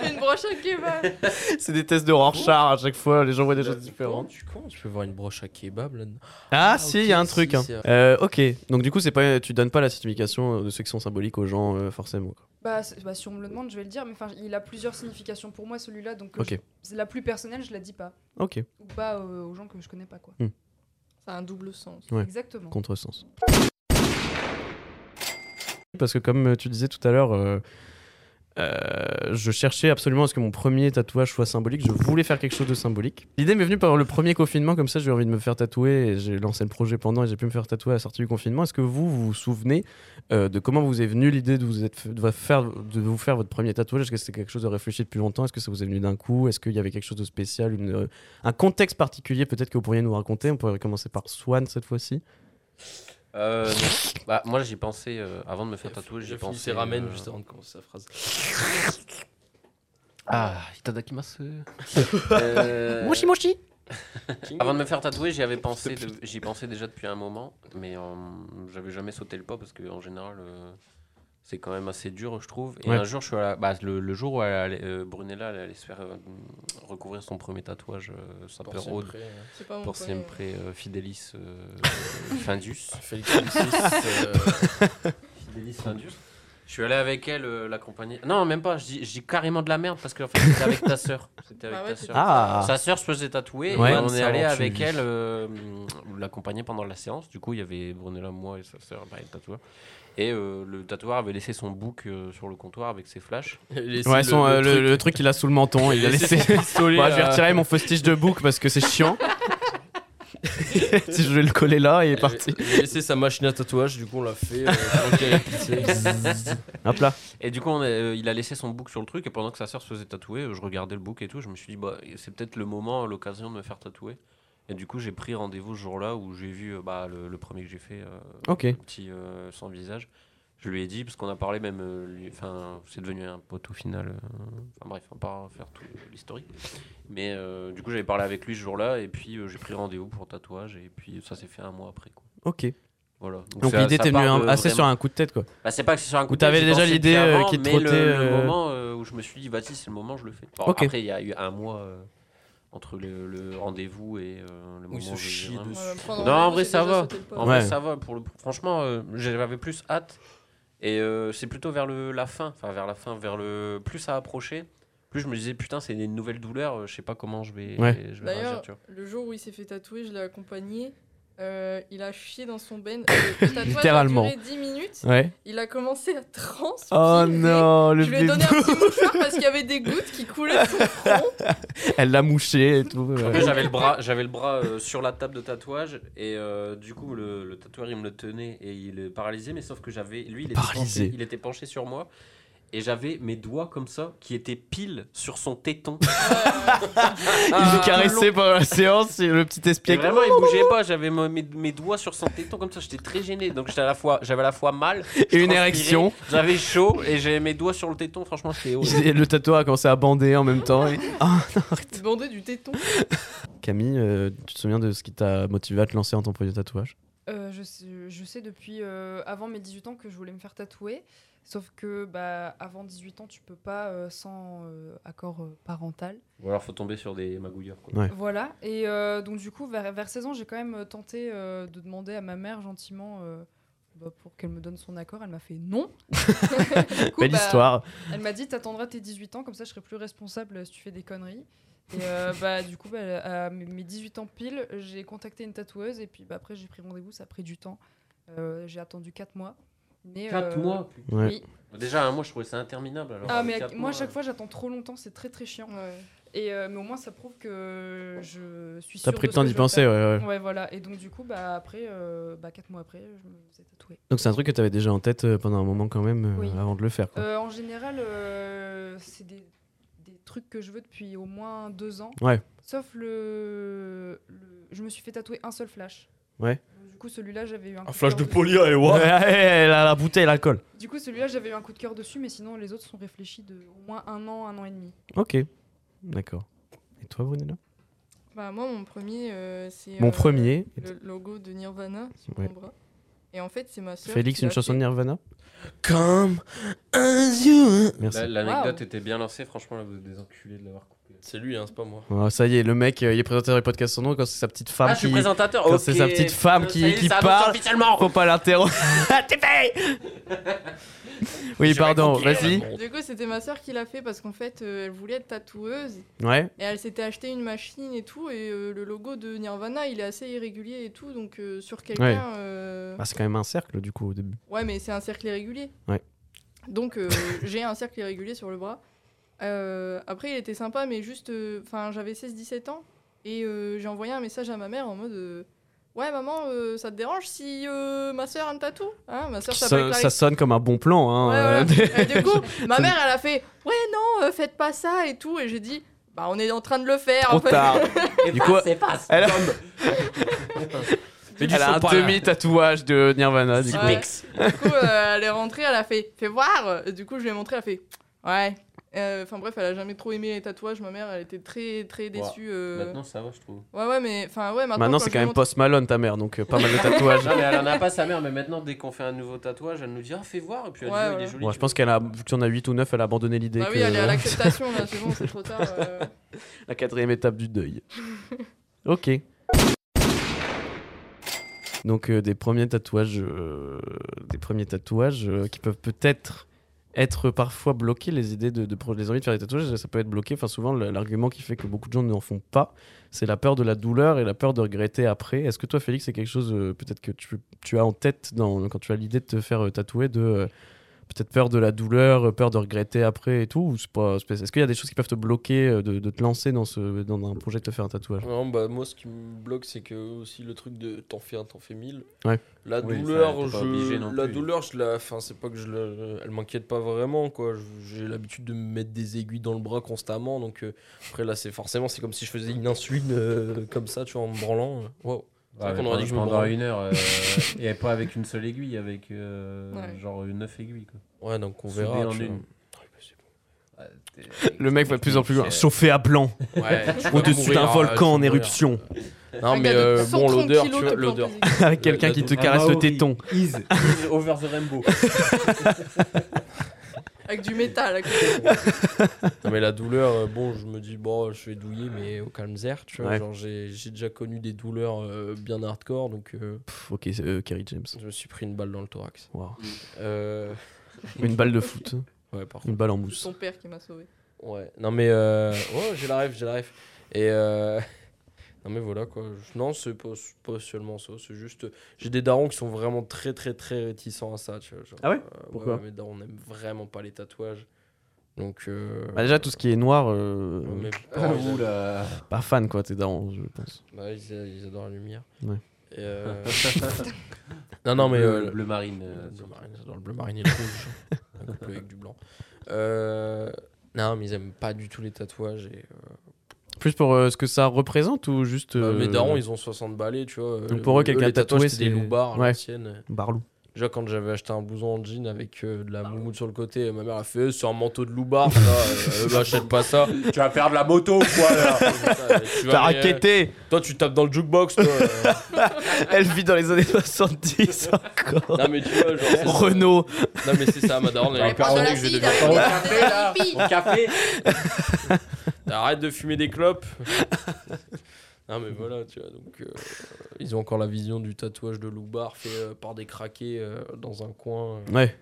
S5: une broche à kebab.
S2: C'est des tests de Rorschach à chaque fois. Les gens voient des choses différentes.
S3: Tu comment tu peux voir une broche à kebab là-dedans
S2: Ah,
S3: Ah,
S2: si, il
S3: ok,
S2: y a un
S3: si,
S2: truc. hein.
S3: c'est vrai.
S2: Euh, ok, donc du coup, c'est pas, tu donnes pas la signification de ceux qui sont symboliques aux gens, euh, forcément. quoi.
S6: Bah, c'est- bah, si on me le demande, je vais le dire, mais enfin, il a plusieurs significations pour moi celui-là, donc euh,
S2: Ok.
S6: je- c'est la plus personnelle, je la dis pas.
S2: Ok,
S6: Ou pas euh, aux gens que je connais pas, quoi.
S5: Ça a un double sens.
S2: Ouais.
S6: Exactement.
S2: contresens. Parce que comme euh, tu disais tout à l'heure, euh, euh, je cherchais absolument à ce que mon premier tatouage soit symbolique. Je voulais faire quelque chose de symbolique. L'idée m'est venue par le premier confinement, comme ça j'ai eu envie de me faire tatouer. et J'ai lancé le projet pendant et j'ai pu me faire tatouer à la sortie du confinement. Est-ce que vous vous, vous souvenez euh, de comment vous est venue l'idée de vous, être, de, vous faire, de vous faire votre premier tatouage Est-ce que c'était quelque chose de réfléchi depuis longtemps Est-ce que ça vous est venu d'un coup Est-ce qu'il y avait quelque chose de spécial une, euh, Un contexte particulier peut-être que vous pourriez nous raconter On pourrait commencer par Swan cette fois-ci.
S1: Euh, non. bah, moi, j'y pensais euh, avant de me faire tatouer. J'ai pensé.
S3: ses ramen
S1: euh,
S3: juste avant de commencer sa phrase.
S1: Ah, itadakimasu. Euh,
S2: mochi
S1: Avant de me faire tatouer, j'y avais pensé, de- j'y pensais déjà depuis un moment, mais euh, j'avais jamais sauté le pas parce que en général, euh, c'est quand même assez dur, je trouve. Et
S2: Ouais.
S1: un jour, je suis allé à- bah, le, le jour où elle allait- euh, Brunella elle allait se faire euh, recouvrir son premier tatouage, euh, ça
S3: Pour
S1: peut
S3: ses prêts,
S2: hein.
S3: euh,
S5: C'est pas mon
S1: pour
S5: premier,
S1: sempre euh, Fidelis euh, Findus.
S3: Félix Alexis, euh,
S1: Je suis allé avec elle euh, l'accompagner. Non, même pas. Je dis- je dis carrément de la merde parce que en fait, c'était avec ta sœur. C'était
S3: Bah
S1: avec
S5: Ah ouais,
S1: ta
S5: c'est-
S1: sœur.
S2: Ah
S1: Sa sœur se faisait tatouer
S2: Ouais.
S1: et on est
S2: Ça,
S1: allé
S2: tu
S1: avec
S2: lis.
S1: elle euh, l'accompagner pendant la séance. Du coup, il y avait Brunella, moi et sa sœur, bah, et le tatoueur. Et euh, le tatoueur avait laissé son bouc euh, sur le comptoir avec ses flashs.
S3: laisser
S2: Ouais, son, euh, le,
S3: truc-
S2: le truc qu'il a sous le menton, il a laissé.
S3: pistolet,
S2: Bon, je vais
S3: euh,
S2: retirer mon fustige de bouc parce que c'est chiant. je vais le coller là et il est
S3: il
S2: parti.
S3: avait- Il a laissé sa machine à tatouage, du coup on l'a fait. euh, pendant qu'elle répétait.
S2: Hop là.
S1: Et du coup, on a- euh, il a laissé son bouc sur le truc. Et pendant que sa sœur se faisait tatouer, euh, je regardais le bouc et tout. Je me suis dit, bah, c'est peut-être le moment, l'occasion de me faire tatouer. Et du coup, j'ai pris rendez-vous ce jour-là où j'ai vu euh, bah, le, le premier que j'ai fait, euh,
S2: Ok.
S1: le petit euh, sans visage. Je lui ai dit, parce qu'on a parlé même. euh, lui- Enfin, c'est devenu un pote au final. euh, Enfin, bref, on va pas faire tout l'historique. Mais euh, du coup, j'avais parlé avec lui ce jour-là. Et puis, euh, j'ai pris rendez-vous pour le tatouage. Et puis, ça s'est fait un mois après. Quoi.
S2: Ok.
S1: Voilà.
S2: Donc
S1: ça-
S2: l'idée
S1: ça
S2: t'es venue
S1: part
S2: un-
S1: de
S2: assez sur
S1: vraiment-
S2: un coup de tête quoi.
S1: bah, c'est pas que c'est sur un coup
S2: Ou
S1: de tête,
S2: t'avais
S1: j'y
S2: déjà
S1: pensais
S2: l'idée,
S1: depuis
S2: euh,
S1: avant,
S2: qui te
S1: mais le-
S2: trottait,
S1: le,
S2: euh,
S1: moment euh, où je me suis dit, vas-y, c'est le moment, je le fais. Bon,
S2: Ok.
S1: Après, il y a eu un mois euh, entre le, le rendez-vous et euh, le moment
S3: il se
S1: où j'ai
S3: chie
S1: dit, hein.
S5: euh,
S3: dessus.
S5: voilà, prendre
S1: Non, en
S5: rendez-vous,
S1: vrai,
S5: j'ai
S1: ça
S5: déjà
S1: va.
S5: sauté le pas.
S1: En
S2: Ouais.
S1: vrai, ça va. Pour le... Franchement, euh, j'avais plus hâte. Et euh, c'est plutôt vers le, la fin, enfin vers la fin, vers le plus ça approchait, plus je me disais putain c'est une nouvelle douleur, euh, je sais pas comment je vais,
S2: Ouais.
S1: je vais réagir.
S5: D'ailleurs,
S1: Tu vois.
S5: le jour où il s'est fait tatouer, je l'ai accompagné. Euh, il a chié dans son ben. Le tatouage
S2: Littéralement.
S5: A duré 10 minutes.
S2: Ouais.
S5: Il a commencé à transpirer.
S2: Oh non, le
S5: Je lui ai
S2: bébé.
S5: donné un petit mouchoir parce qu'il y avait des gouttes qui coulaient de son front.
S2: Elle l'a mouché et tout.
S1: En
S2: ouais.
S1: plus, j'avais le bras, j'avais le bras euh, sur la table de tatouage et euh, du coup le, le tatoueur il me le tenait et il est paralysé mais sauf que j'avais lui il était,
S2: Paralysé.
S1: penché, il était penché sur moi et j'avais mes doigts comme ça qui étaient pile sur son téton.
S6: Ah,
S2: Il est caressé pendant la séance, et le petit
S1: Et
S2: espiègle.
S1: vraiment il bougeait pas, j'avais mo- mes, mes doigts sur son téton comme ça, j'étais très gêné donc j'étais à la fois j'avais à la fois mal, je
S2: Et une
S1: transpirais,
S2: érection.
S1: j'avais chaud et j'avais mes doigts sur le téton franchement c'était horrible.
S2: Et le tatouage a commencé à bander en même temps. et- Ah.
S5: Bandé du téton.
S2: Camille, euh, tu te souviens de ce qui t'a motivé à te lancer en ton premier tatouage
S6: Euh, je, sais, je sais depuis euh, avant mes 18 ans que je voulais me faire tatouer. Sauf que bah, avant 18 ans, tu peux pas euh, sans euh, accord euh, parental.
S1: Ou alors faut tomber sur des magouilleurs quoi.
S6: Voilà. Et euh, donc, du coup, vers, vers 16 ans, j'ai quand même tenté euh, de demander à ma mère gentiment euh, bah, pour qu'elle me donne son accord. Elle m'a fait non. Du coup,
S2: Belle
S6: bah,
S2: histoire.
S6: Elle m'a dit T'attendras tes 18 ans, comme ça je serai plus responsable euh, si tu fais des conneries. Et euh, bah, du coup, bah, à mes- mes 18 ans pile, j'ai contacté une tatoueuse et puis bah, après j'ai pris rendez-vous. Ça a pris du temps. Euh, j'ai attendu 4 mois. Mais,
S1: Quatre
S6: euh,
S1: mois. putain.
S2: Ouais.
S6: oui.
S1: Déjà un mois je trouvais ça interminable alors.
S6: Ah, mais
S1: quatre
S6: moi, à
S1: mois,
S6: chaque
S1: euh,
S6: fois, j'attends trop longtemps, c'est très très chiant.
S5: Ouais.
S6: Et, euh, mais au moins, ça prouve que je suis sûre.
S2: T'as pris
S6: de
S2: le
S6: ce
S2: temps
S6: que
S2: d'y
S6: je veux
S2: penser, ouais,
S6: faire.
S2: ouais.
S6: Ouais, voilà. Et donc, du coup, bah, après, euh, bah, 4 mois après, je me faisais tatouer.
S2: Donc c'est un truc que t'avais déjà en tête euh, pendant un moment quand même euh,
S6: Oui.
S2: avant de le faire. Quoi.
S6: Euh, en général, euh, c'est des, des trucs que je veux depuis au moins deux ans.
S2: Ouais.
S6: Sauf le, le- Je me suis fait tatouer un seul flash.
S2: Ouais.
S6: Donc, Du coup, celui-là, j'avais eu un, coup
S3: Un flash de
S6: cœur
S3: polia
S2: Ouais,
S3: et waouh
S2: elle a la bouteille, l'alcool.
S6: Du coup, celui-là, j'avais eu un coup de cœur dessus, mais sinon, les autres sont réfléchis de au moins un an, un an et demi.
S2: Ok, d'accord. Et toi, Brunella
S5: Bah, moi, mon premier, euh, c'est.
S2: Mon
S5: euh,
S2: premier,
S5: Le logo de Nirvana sur
S2: Ouais.
S5: mon bras. Et en fait, c'est ma sœur.
S2: Félix,
S5: qui
S2: une
S5: l'a
S2: chanson de
S5: fait.
S2: Nirvana.
S3: Comme un dieu
S2: Merci.
S1: euh, la- L'anecdote
S6: Waouh.
S1: était bien lancée, franchement, vous êtes des enculés de l'avoir coupé.
S3: C'est lui, hein, c'est pas moi.
S2: Ah, ça y est, le mec, euh, il est présentateur du podcast sans nom quand c'est sa petite femme
S1: Bah, ah, je
S2: qui.
S1: suis présentateur.
S2: quand
S1: ok.
S2: c'est sa petite femme qui-
S1: Ça y est,
S2: qui
S1: ça annonce
S2: parle.
S1: officiellement.
S2: Faut pas l'interrompre. T'es payé Oui,
S1: J'aurais
S2: pardon,
S1: compris.
S2: vas-y.
S3: hein, Bon.
S5: Du coup, c'était ma sœur qui l'a fait parce qu'en fait, euh, elle voulait être tatoueuse
S2: Ouais,
S5: et elle s'était acheté une machine et tout. Et euh, le logo de Nirvana, il est assez irrégulier et tout. Donc, euh, sur quelqu'un. euh,
S2: Ah, Bah, c'est quand même un cercle du coup au début.
S5: Ouais, mais c'est un cercle irrégulier.
S2: Ouais.
S5: Donc euh, j'ai un cercle irrégulier sur le bras. Euh, après, il était sympa, mais juste, euh, enfin, j'avais 16-17 ans et euh, j'ai envoyé un message à ma mère en mode. euh, Ouais maman, euh, ça te dérange si euh, ma soeur a un tatou hein, Ma soeur s'appelle
S2: Ça,
S5: Clarisse.
S2: ça sonne comme un bon plan. Hein,
S5: Ouais,
S2: euh,
S5: voilà. Et du coup, ma mère, elle a fait Ouais, non, euh, faites pas ça et tout. Et j'ai dit Bah, on est en train de le faire.
S2: Trop
S5: en fait.
S2: tard.
S1: Et
S2: Du coup,
S1: c'est pas
S2: elle a-
S3: Mais du
S2: Elle a un
S3: sopalin.
S2: demi-tatouage de Nirvana. du coup.
S5: Ouais. Du coup, euh, elle est rentrée, elle a fait Fais voir. Du coup, je lui ai montré, elle a fait Ouais. Euh, Enfin, bref, elle a jamais trop aimé les tatouages. Ma mère, elle était très, très déçue. euh.
S1: Maintenant, ça va, je trouve.
S5: Ouais, ouais, mais. Enfin, ouais, maintenant.
S2: Maintenant, c'est
S5: je
S2: quand
S5: lui
S2: même
S5: montre-
S2: Post Malone, ta mère, donc euh, pas mal de tatouages.
S1: Non, mais elle en a pas sa mère, mais maintenant, dès qu'on fait un nouveau tatouage, elle nous dit Ah, fais voir. Et puis elle
S5: Ouais,
S1: dit Oh, il est
S5: ouais.
S1: joli.
S2: Bon, je pense qu'elle a, vu que tu en as 8 ou 9, elle a abandonné l'idée
S5: Bah
S2: que
S5: oui, elle est à l'acceptation, là, c'est bon, c'est trop tard. euh.
S2: la quatrième étape du deuil. ok. Donc euh, des premiers tatouages, euh, des premiers tatouages euh, qui peuvent peut-être être parfois bloqués. Les idées de, de pro- les envies de faire des tatouages, ça peut être bloqué. Enfin, souvent le- l'argument qui fait que beaucoup de gens n'en font pas, c'est la peur de la douleur et la peur de regretter après. Est-ce que toi, Félix, c'est quelque chose euh, peut-être que tu, tu as en tête dans, quand tu as l'idée de te faire euh, tatouer de euh, peut-être peur de la douleur, euh, peur de regretter après et tout ou c'est pas, c'est- Est-ce qu'il y a des choses qui peuvent te bloquer euh, de, de te lancer dans, ce, dans un projet de te faire un tatouage
S3: Non, bah, moi, ce qui me bloque, c'est que aussi le truc de t'en fais un, t'en fais mille.
S2: Ouais.
S3: La
S1: Oui,
S3: douleur,
S1: enfin, t'es pas
S3: je,
S1: obligé non
S3: la
S1: plus.
S3: douleur, je la, enfin, c'est pas que je la, elle m'inquiète pas vraiment, quoi. Je- J'ai l'habitude de me mettre des aiguilles dans le bras constamment, donc euh, après là, c'est forcément, c'est comme si je faisais une insuline euh, comme ça, tu vois, en me branlant. euh. Wow. C'est vrai qu'on aurait dit que je me
S1: Bah, pendant
S3: branlais.
S1: une heure. euh, et pas avec une seule aiguille, avec euh,
S5: Ouais.
S1: genre euh, neuf aiguilles. Quoi.
S3: Ouais, donc on
S1: Soudé
S3: verra.
S1: en
S3: tu vois.
S1: une. Ah,
S3: Ouais, bah, c'est bon.
S2: Le mec va de plus en plus loin.
S1: C'est-
S2: Chauffé à blanc,
S3: Ouais, je vais
S2: au-dessus d'un
S1: hein,
S3: mourir, euh,
S2: volcan
S3: je vais
S2: en
S3: mourir.
S2: éruption,
S3: Non,
S5: Un
S3: mais
S5: gars de
S3: euh, bon,
S5: 130
S3: l'odeur, tu
S5: kilos
S3: vois,
S5: te plante
S3: l'odeur.
S5: des aiguilles.
S2: avec quelqu'un qui te caresse le téton.
S1: Ease. over the rainbow. Oh,
S5: Avec du métal. à côté.
S3: Non, mais la douleur, euh, bon, je me dis, bon, je vais douiller, mais au calme zère, tu vois.
S2: Ouais.
S3: Genre, j'ai j'ai déjà connu des douleurs euh, bien hardcore, donc euh,
S2: Pff, ok, c'est euh, Kerry James.
S3: je me suis pris une balle dans le thorax.
S2: Wow.
S3: Euh,
S2: Une balle de foot,
S3: ouais, par contre.
S2: une balle en
S5: C'est
S2: mousse.
S5: ton père qui m'a sauvé.
S3: Ouais, non, mais. euh, oh, j'ai la rêve, j'ai la rêve. Et. euh, non, mais voilà, quoi. Je- Non, c'est pas, c'est pas seulement ça, c'est juste. J'ai des darons qui sont vraiment très, très, très réticents à ça, tu vois. genre,
S2: Ah ouais
S3: euh,
S2: Pourquoi
S3: ouais, Mes darons n'aiment vraiment pas les tatouages. Donc. euh,
S2: Bah déjà tout ce qui est noir, euh,
S3: mes parents, ils
S1: Oula.
S2: pas fan quoi, t'es dans, je pense.
S3: Bah, ils, ils adorent la lumière.
S2: Ouais.
S3: Et, euh, non, non, mais. euh,
S1: le bleu marine.
S3: le
S1: euh,
S3: bleu marine, ils adorent le bleu marine et le rouge. hein. Un couple avec du blanc. Euh, Non, mais ils aiment pas du tout les tatouages. Et, euh,
S2: Plus pour euh, ce que ça représente ou juste.
S3: bah,
S2: euh,
S3: mes darons, ils ont 60 balais, tu vois. euh,
S2: Donc pour eux, quelqu'un
S3: les tatouages,
S2: tatoué,
S3: c'était
S2: c'est-
S3: des loupards à
S2: Ouais.
S3: l'ancienne.
S2: Barlou.
S3: Déjà, quand j'avais acheté un blouson en jean avec euh, de la moumoute sur le côté, ma mère a fait Eh, C'est un manteau de loupard, ça. euh, euh, achète pas ça.
S1: Tu vas faire de la moto ou quoi là
S3: Tu vas
S2: T'as
S3: aller, euh,
S2: raquetté
S3: Toi, tu tapes dans le jukebox, toi. euh.
S2: Elle vit dans les années 70 encore.
S3: non, mais tu vois, genre. c'est-
S2: Renault.
S3: Non, mais c'est ça, ma daronne, elle
S1: Ouais,
S3: est
S1: prends de
S3: paranoïaque, je vais
S5: l'acide,
S3: devenir
S5: arrête.
S1: Au
S3: paranoïaque.
S1: café là Au café
S3: Arrête de fumer des clopes. non mais voilà, tu vois, donc euh, ils ont encore la vision du tatouage de Loubar fait euh, par des craqués euh, dans un coin. euh,
S2: Ouais.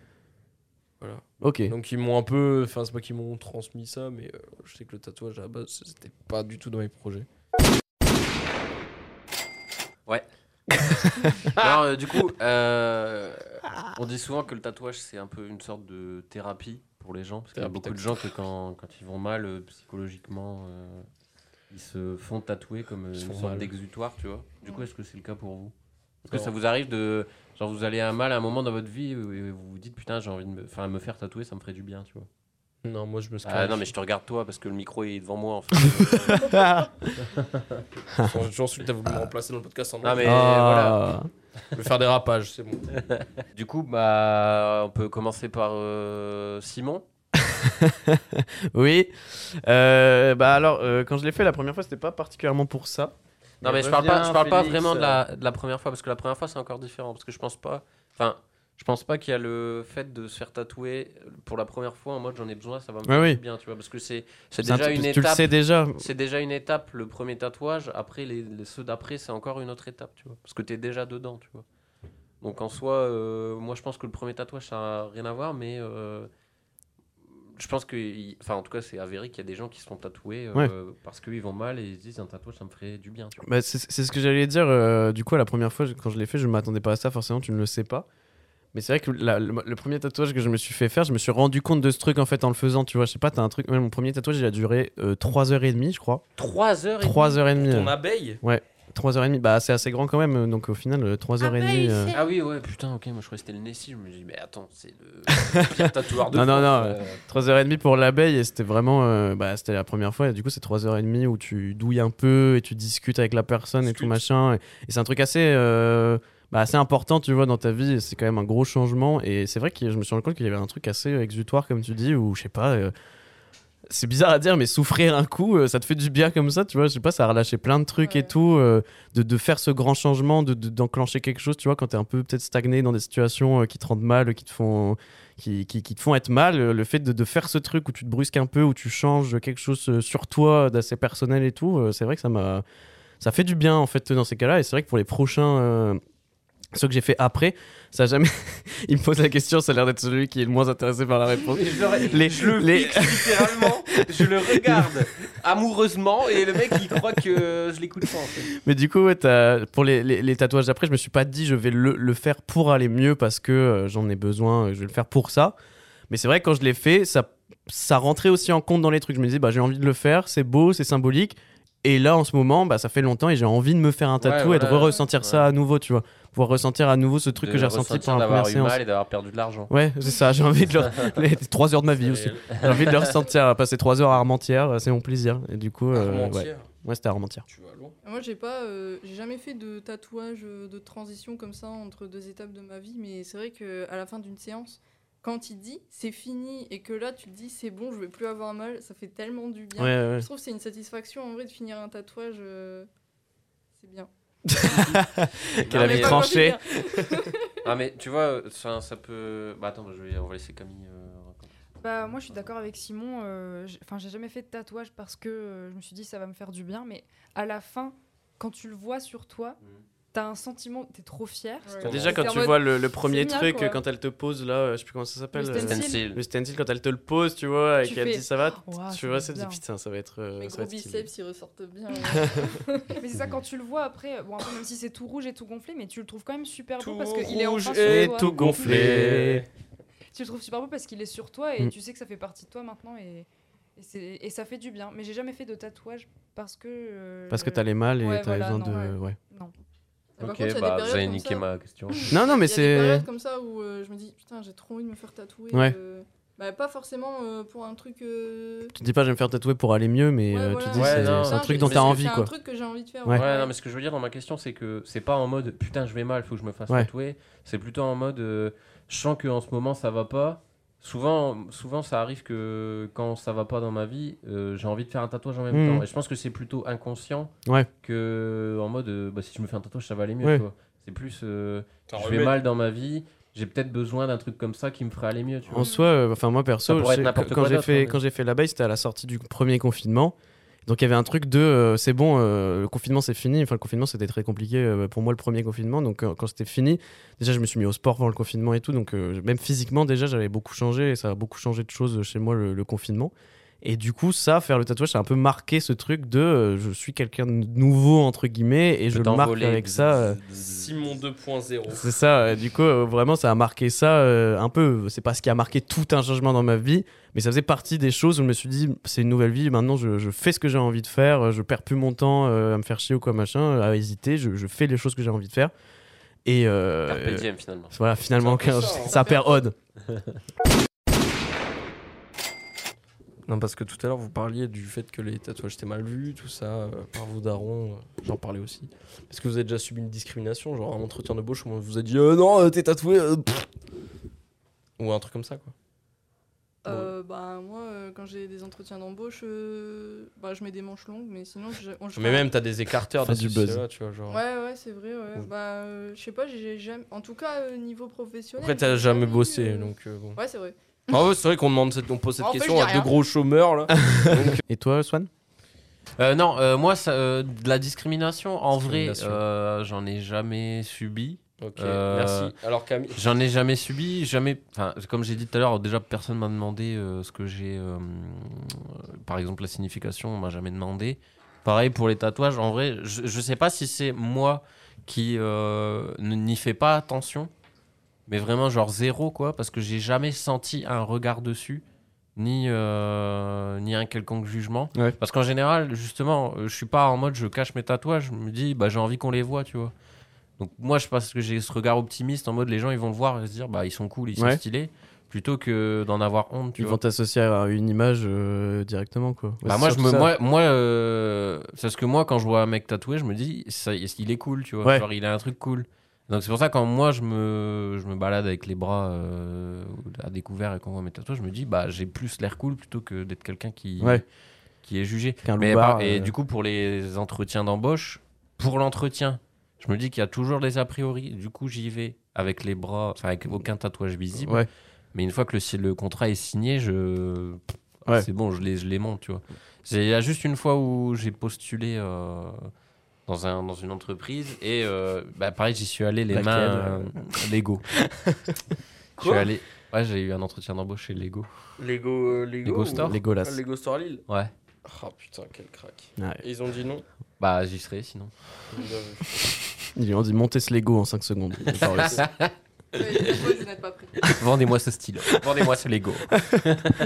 S3: Voilà.
S2: Ok.
S3: Donc ils m'ont un peu, enfin c'est pas qu'ils m'ont transmis ça, mais euh, je sais que le tatouage à la base c'était pas du tout dans mes projets.
S1: Non, euh, du coup, euh, on dit souvent que le tatouage, c'est un peu une sorte de thérapie pour les gens. Parce qu'il y a
S3: Thérapie
S1: beaucoup de gens que quand, quand ils vont mal euh, psychologiquement, euh, ils se font tatouer comme euh,
S3: Ils se
S1: une
S3: font
S1: sorte
S3: mal.
S1: d'exutoire, tu vois. Du coup, est-ce que c'est le cas pour vous Est-ce que
S3: Non.
S1: ça vous arrive de. Genre, vous allez à mal à un moment dans votre vie et vous vous dites Putain, j'ai envie de me, enfin, me faire tatouer, ça me ferait du bien, tu vois.
S3: Non, moi je me scanne.
S1: Ah non, mais je te regarde toi parce que le micro est devant moi en fait.
S2: Ah.
S3: J'ai toujours su que t'as voulu me remplacer dans le podcast en
S1: Non, mais- Et
S2: Ah.
S3: Je vais faire des rapages, c'est bon.
S1: du coup, bah, on peut commencer par euh, Simon.
S2: Oui. Euh, bah alors, euh, quand je l'ai fait la première fois, c'était pas particulièrement pour ça.
S1: Non, mais,
S2: Mais
S1: je parle pas,
S2: reviens,
S1: je parle pas
S2: Félix, euh,
S1: vraiment de la, de la première fois parce que la première fois c'est encore différent. Parce que je pense pas. Enfin, je pense pas qu'il y a le fait de se faire tatouer pour la première fois en mode j'en ai besoin, ça va me
S2: Ouais,
S1: faire
S2: oui.
S1: du bien, tu vois. Parce que c'est c'est
S2: un
S1: déjà
S2: truc-
S1: une
S2: Tu le
S1: étape.
S2: sais déjà.
S1: C'est déjà une étape, le premier tatouage. Après, les, les- ceux d'après, c'est encore une autre étape, tu vois. Parce que t'es déjà dedans, tu vois. Donc en soi, euh, moi je pense que le premier tatouage, ça n'a rien à voir, mais euh, je pense que. il- Enfin, en tout cas, c'est avéré qu'il y a des gens qui se font tatouer euh, parce qu'ils vont mal et ils se disent un tatouage, ça me ferait du bien, tu vois.
S2: Bah, c'est c'est ce que j'allais dire. euh, du coup, la première fois, je- quand je l'ai fait, je ne m'attendais pas à ça, forcément, tu ne le sais pas. Mais c'est vrai que la- le, le premier tatouage que je me suis fait faire, je me suis rendu compte de ce truc en fait en le faisant. Tu vois, je sais pas, t'as un truc. ouais, mon premier tatouage, il a duré euh, 3h30, je crois.
S1: 3 heures
S2: 3h30.
S3: Ton abeille
S2: 3h30, bah c'est assez grand quand même. euh, Donc au final, euh, 3h30. euh,
S1: Ah oui, ouais, putain, ok, moi je croyais que c'était le Nessie. Je me dis, mais attends, c'est le pire tatoueur de
S2: Non, non,
S1: France,
S2: non,
S1: euh.
S2: 3h30 pour l'abeille et c'était vraiment euh, bah, c'était la première fois et du coup c'est 3h30 où tu douilles un peu et tu discutes avec la personne et tout
S3: Discute.
S2: machin et, et c'est un truc assez euh, bah, assez important tu vois dans ta vie et c'est quand même un gros changement et c'est vrai que je me suis rendu compte qu'il y avait un truc assez exutoire comme tu dis où je sais pas euh, c'est bizarre à dire mais souffrir un coup euh, ça te fait du bien comme ça tu vois je sais pas ça a relâché plein de trucs et
S6: Ouais.
S2: tout euh, de, de faire ce grand changement de de- d'enclencher quelque chose tu vois quand t'es un peu peut-être stagné dans des situations euh, qui te rendent mal qui te font qui, qui- qui te font être mal. euh, Le fait de, de faire ce truc où tu te brusques un peu, où tu changes quelque chose euh, sur toi euh, d'assez personnel et tout, euh, c'est vrai que ça m'a. Ça fait du bien en fait dans ces cas-là. Et c'est vrai que pour les prochains. euh, ceux que j'ai fait après, ça a jamais. Il me pose la question, ça a l'air d'être celui qui est le moins intéressé par la réponse.
S1: Et je le,
S2: Les-
S1: je le
S2: les-
S1: fixe littéralement, je le regarde amoureusement et le mec il croit que je l'écoute pas en fait.
S2: Mais du coup, ouais, t'as- pour les, les- les tatouages d'après, je me suis pas dit je vais le, le faire pour aller mieux parce que euh, j'en ai besoin, euh, je vais le faire pour ça. Mais c'est vrai que quand je l'ai fait, ça, ça rentrait aussi en compte dans les trucs. Je me disais, bah, j'ai envie de le faire, c'est beau, c'est symbolique. Et là, en ce moment, bah, ça fait longtemps et j'ai envie de me faire un tatou et de
S1: voilà,
S2: ressentir ça à nouveau, tu vois. Pouvoir ressentir à nouveau ce truc que
S1: De
S2: j'ai ressenti
S1: ressentir
S2: pendant la
S1: d'avoir
S2: première
S1: eu
S2: séance.
S1: mal et d'avoir perdu de l'argent. euh,
S2: Ouais, c'est ça, j'ai envie de le... les trois heures de ma vie aussi. J'ai envie de le ressentir, passer trois heures à Armentières, euh, c'est mon plaisir. Et du coup, euh, ouais,
S3: Armentières,
S2: ouais c'était à Armentières.
S3: Tu vas loin.
S5: Moi, j'ai pas, euh, j'ai jamais fait de tatouage euh, de transition comme ça entre deux étapes de ma vie, mais c'est vrai que à la fin d'une séance, quand il dit c'est fini et que là tu te dis c'est bon, je vais plus avoir mal, ça fait tellement du bien.
S2: Ouais, ouais.
S5: Je trouve que c'est une satisfaction en vrai de finir un tatouage, euh, c'est bien.
S2: Quel avis
S5: Mais pas
S2: tranché.
S5: quand c'est bien.
S1: Ah mais tu vois, ça, ça peut. Bah attends, je vais, on va laisser Camille. euh, raconter.
S6: Bah, moi, je suis d'accord avec Simon. euh, j'ai- Enfin, j'ai jamais fait de tatouage parce que euh, je me suis dit ça va me faire du bien. Mais à la fin, quand tu le vois sur toi,
S3: Mm.
S1: Mhm.
S6: t'as un sentiment, t'es trop fier.
S5: Ouais.
S1: Comment
S2: Déjà, quand
S6: C'est en
S2: tu
S6: mode,
S2: vois le, le premier
S6: bien,
S2: truc,
S6: quoi.
S2: euh, quand elle te pose là, euh, je sais plus comment ça s'appelle.
S6: Le
S2: euh,
S6: stencil.
S2: Le stencil, quand elle te le pose, tu vois, et
S6: Tu
S2: qu'elle
S6: fais,
S2: dit ça va,
S6: Oh, waouh,
S2: tu
S6: ça
S2: vois,
S6: va
S2: ça te dit
S6: bien.
S2: putain, ça va être. euh,
S5: Mes
S2: ça va
S5: gros
S2: être stylé.
S5: biceps, ils ressortent bien.
S6: Mais c'est ça, quand tu le vois après, bon, après, même si c'est tout rouge et tout gonflé, mais tu le trouves quand même super
S3: Tout
S6: beau parce qu'il est
S3: rouge
S6: enfin sur
S2: Et
S6: toi.
S2: tout gonflé.
S6: Tu le trouves super beau parce qu'il est sur toi et
S2: Mm.
S6: tu sais que ça fait partie de toi maintenant et, et, c'est- et ça fait du bien. Mais j'ai jamais fait de tatouage parce que. euh,
S2: Parce que t'as les mal et
S6: Ouais,
S2: t'as
S6: voilà,
S2: besoin
S6: non,
S2: de. Ouais.
S6: Non.
S5: Par
S1: Ok,
S5: contre, il y a des
S1: bah
S5: périodes
S1: vous avez
S5: comme
S1: niqué
S5: ça.
S1: ma question.
S2: Non, non, mais
S5: Il y a des
S2: c'est.
S5: périodes comme ça où euh, je me dis putain j'ai trop envie de me faire tatouer.
S2: Ouais.
S5: euh, bah, pas forcément euh, pour un truc. euh,
S2: Tu te dis pas, je vais me faire tatouer pour aller mieux, mais
S5: Ouais,
S2: euh, tu
S5: voilà.
S2: te dis,
S1: Ouais,
S2: c'est
S1: non.
S2: c'est un
S1: Non,
S2: truc
S1: je-
S2: dont
S1: mais
S2: t'as
S1: c'est-
S2: envie,
S5: C'est un
S2: quoi.
S5: truc que j'ai envie de faire.
S2: Ouais.
S1: Ouais, non, mais ce que je veux dire dans ma question, c'est que c'est pas en mode putain, je vais mal, faut que je me fasse
S2: Ouais.
S1: tatouer. C'est plutôt en mode euh, je sens qu'en ce moment ça va pas. Souvent, souvent, ça arrive que quand ça va pas dans ma vie, euh, j'ai envie de faire un tatouage en même
S2: Mhm.
S1: temps. Et je pense que c'est plutôt inconscient
S2: Ouais.
S1: que en mode euh, bah, si je me fais un tatouage, ça va aller mieux.
S2: Ouais.
S1: tu vois. C'est plus euh,
S3: T'as
S1: je vais
S3: remis-
S1: mal dans ma vie, j'ai peut-être besoin d'un truc comme ça qui me ferait aller mieux. Tu vois.
S2: En soi, euh, enfin moi perso,
S1: Ça pourrait
S2: je sais-
S1: être n'importe
S2: quand
S1: quoi
S2: j'ai
S1: d'autre,
S2: fait
S1: hein,
S2: quand j'ai fait l'abeille, c'était à la sortie du premier confinement. Donc il y avait un truc de euh, c'est bon, euh, le confinement c'est fini. Enfin le confinement c'était très compliqué euh, pour moi le premier confinement. Donc euh, quand c'était fini, déjà je me suis mis au sport pendant le confinement et tout. Donc euh, même physiquement déjà j'avais beaucoup changé et ça a beaucoup changé de choses chez moi le, le confinement. Et du coup ça faire le tatouage ça a un peu marqué ce truc de euh, je suis quelqu'un de nouveau entre guillemets et je, le marque
S1: t'envoler,
S2: avec
S1: bzzz,
S2: ça. euh,
S1: bzzz.
S3: Simon 2.0.
S2: c'est ça, euh, du coup, euh, vraiment, ça a marqué ça euh, un peu. C'est pas ce qui a marqué tout un changement dans ma vie, mais ça faisait partie des choses où je me suis dit, c'est une nouvelle vie, maintenant je, je fais ce que j'ai envie de faire, euh, je perds plus mon temps euh, à me faire chier ou quoi machin, à hésiter, je, je fais les choses que j'ai envie de faire. Et euh,
S1: Carpe diem, finalement.
S2: voilà, finalement,
S3: C'est un peu ça, hein.
S2: ça perd odd.
S3: Non, parce que tout à l'heure, vous parliez du fait que les tatouages étaient mal vus, tout ça, euh, par vos darons, euh, j'en parlais aussi. Est-ce que vous avez déjà subi une discrimination, genre un entretien de bouche où on vous a dit euh, non, euh, t'es tatoué euh, pff. Ou un truc comme ça, quoi.
S5: Euh, bah, moi, euh, quand j'ai des entretiens d'embauche, euh, bah, je mets des manches longues, mais sinon, je. on- je-
S3: Mais même, t'as des écarteurs,
S2: Fais
S3: des
S2: du
S3: du
S2: buzz.
S3: buzz. Là, tu vois, genre.
S5: Ouais, ouais, c'est vrai, ouais.
S3: Ouais.
S5: Bah, euh, je sais pas, j'ai jamais. En tout cas, euh, niveau professionnel.
S3: Après, t'as
S5: j'ai
S3: jamais
S5: eu,
S3: bossé,
S5: euh,
S3: donc euh, bon.
S5: Ouais, c'est vrai.
S3: Ah ouais, c'est vrai qu'on demande cette, on pose cette
S5: En fait,
S3: question
S5: je dis
S3: à deux
S5: rien.
S3: gros chômeurs, là.
S2: Et toi, Swan
S1: Euh, non, euh, moi, ça, euh, de la discrimination, en vrai,
S3: Discrimination.
S1: euh, j'en ai jamais subi.
S3: ok,
S1: Euh,
S3: merci. Alors, Camille.
S1: J'en ai jamais subi, jamais. Enfin, comme j'ai dit tout à l'heure, déjà personne m'a demandé euh, ce que j'ai. euh, euh, par exemple, la signification, on m'a jamais demandé. Pareil pour les tatouages. En vrai, je, je sais pas si c'est moi qui euh, n- n'y fais pas attention mais vraiment genre zéro quoi, parce que j'ai jamais senti un regard dessus, ni, euh, ni un quelconque jugement.
S2: Ouais.
S1: Parce qu'en général, justement, euh, je suis pas en mode je cache mes tatouages, je me dis bah j'ai envie qu'on les voit, tu vois. Donc moi je pense que j'ai ce regard optimiste en mode les gens ils vont le voir et se dire bah ils sont cool, ils sont
S2: Ouais.
S1: stylés, plutôt que d'en avoir honte, tu
S2: Ils
S1: vois.
S2: vont t'associer à une image euh, directement, quoi. Ouais,
S1: Bah
S2: c'est
S1: moi, je
S2: surtout
S1: me,
S2: ça.
S1: moi, moi euh, c'est ce que moi, quand je vois un mec tatoué, je me dis, ça, y est, il est cool, tu vois.
S2: Ouais.
S1: Genre, il a un truc cool. Donc, c'est pour ça, quand moi, je me, je me balade avec les bras euh, à découvert et qu'on voit mes tatouages, je me dis, bah, j'ai plus l'air cool plutôt que d'être quelqu'un qui,
S2: Ouais.
S1: qui est jugé.
S2: Qu'un
S1: Mais
S2: loupard,
S1: par- Et
S2: euh.
S1: du coup, pour les entretiens d'embauche, pour l'entretien, je me dis qu'il y a toujours des a priori. Du coup, j'y vais avec les bras, enfin, avec aucun tatouage visible.
S2: Ouais.
S1: Mais une fois que le, si le contrat est signé, je...
S2: Ouais.
S1: c'est bon, je les, je les monte, tu vois. C'est- Il y a juste une fois où j'ai postulé euh, dans, un, dans une entreprise et euh, bah, pareil, j'y suis allé les
S2: Laquelle,
S1: mains
S2: euh,
S1: euh, Lego. Je suis allé... Ouais, j'ai eu un entretien d'embauche chez Lego.
S3: Lego, euh, Lego,
S1: Lego
S3: ou-
S1: Store.
S2: Legolas.
S3: Ah, Lego Store Lille.
S1: Ouais,
S3: Ah putain, quel crack.
S2: Ouais.
S3: Et ils ont dit non.
S1: bah j'y serai sinon.
S3: Bien vu.
S2: Ils lui ont dit montez ce Lego en 5 secondes. Par
S1: Ah,
S2: le-
S5: Vous n'êtes pas prêts.
S1: Vendez-moi ce stylo. Vendez-moi ce Lego.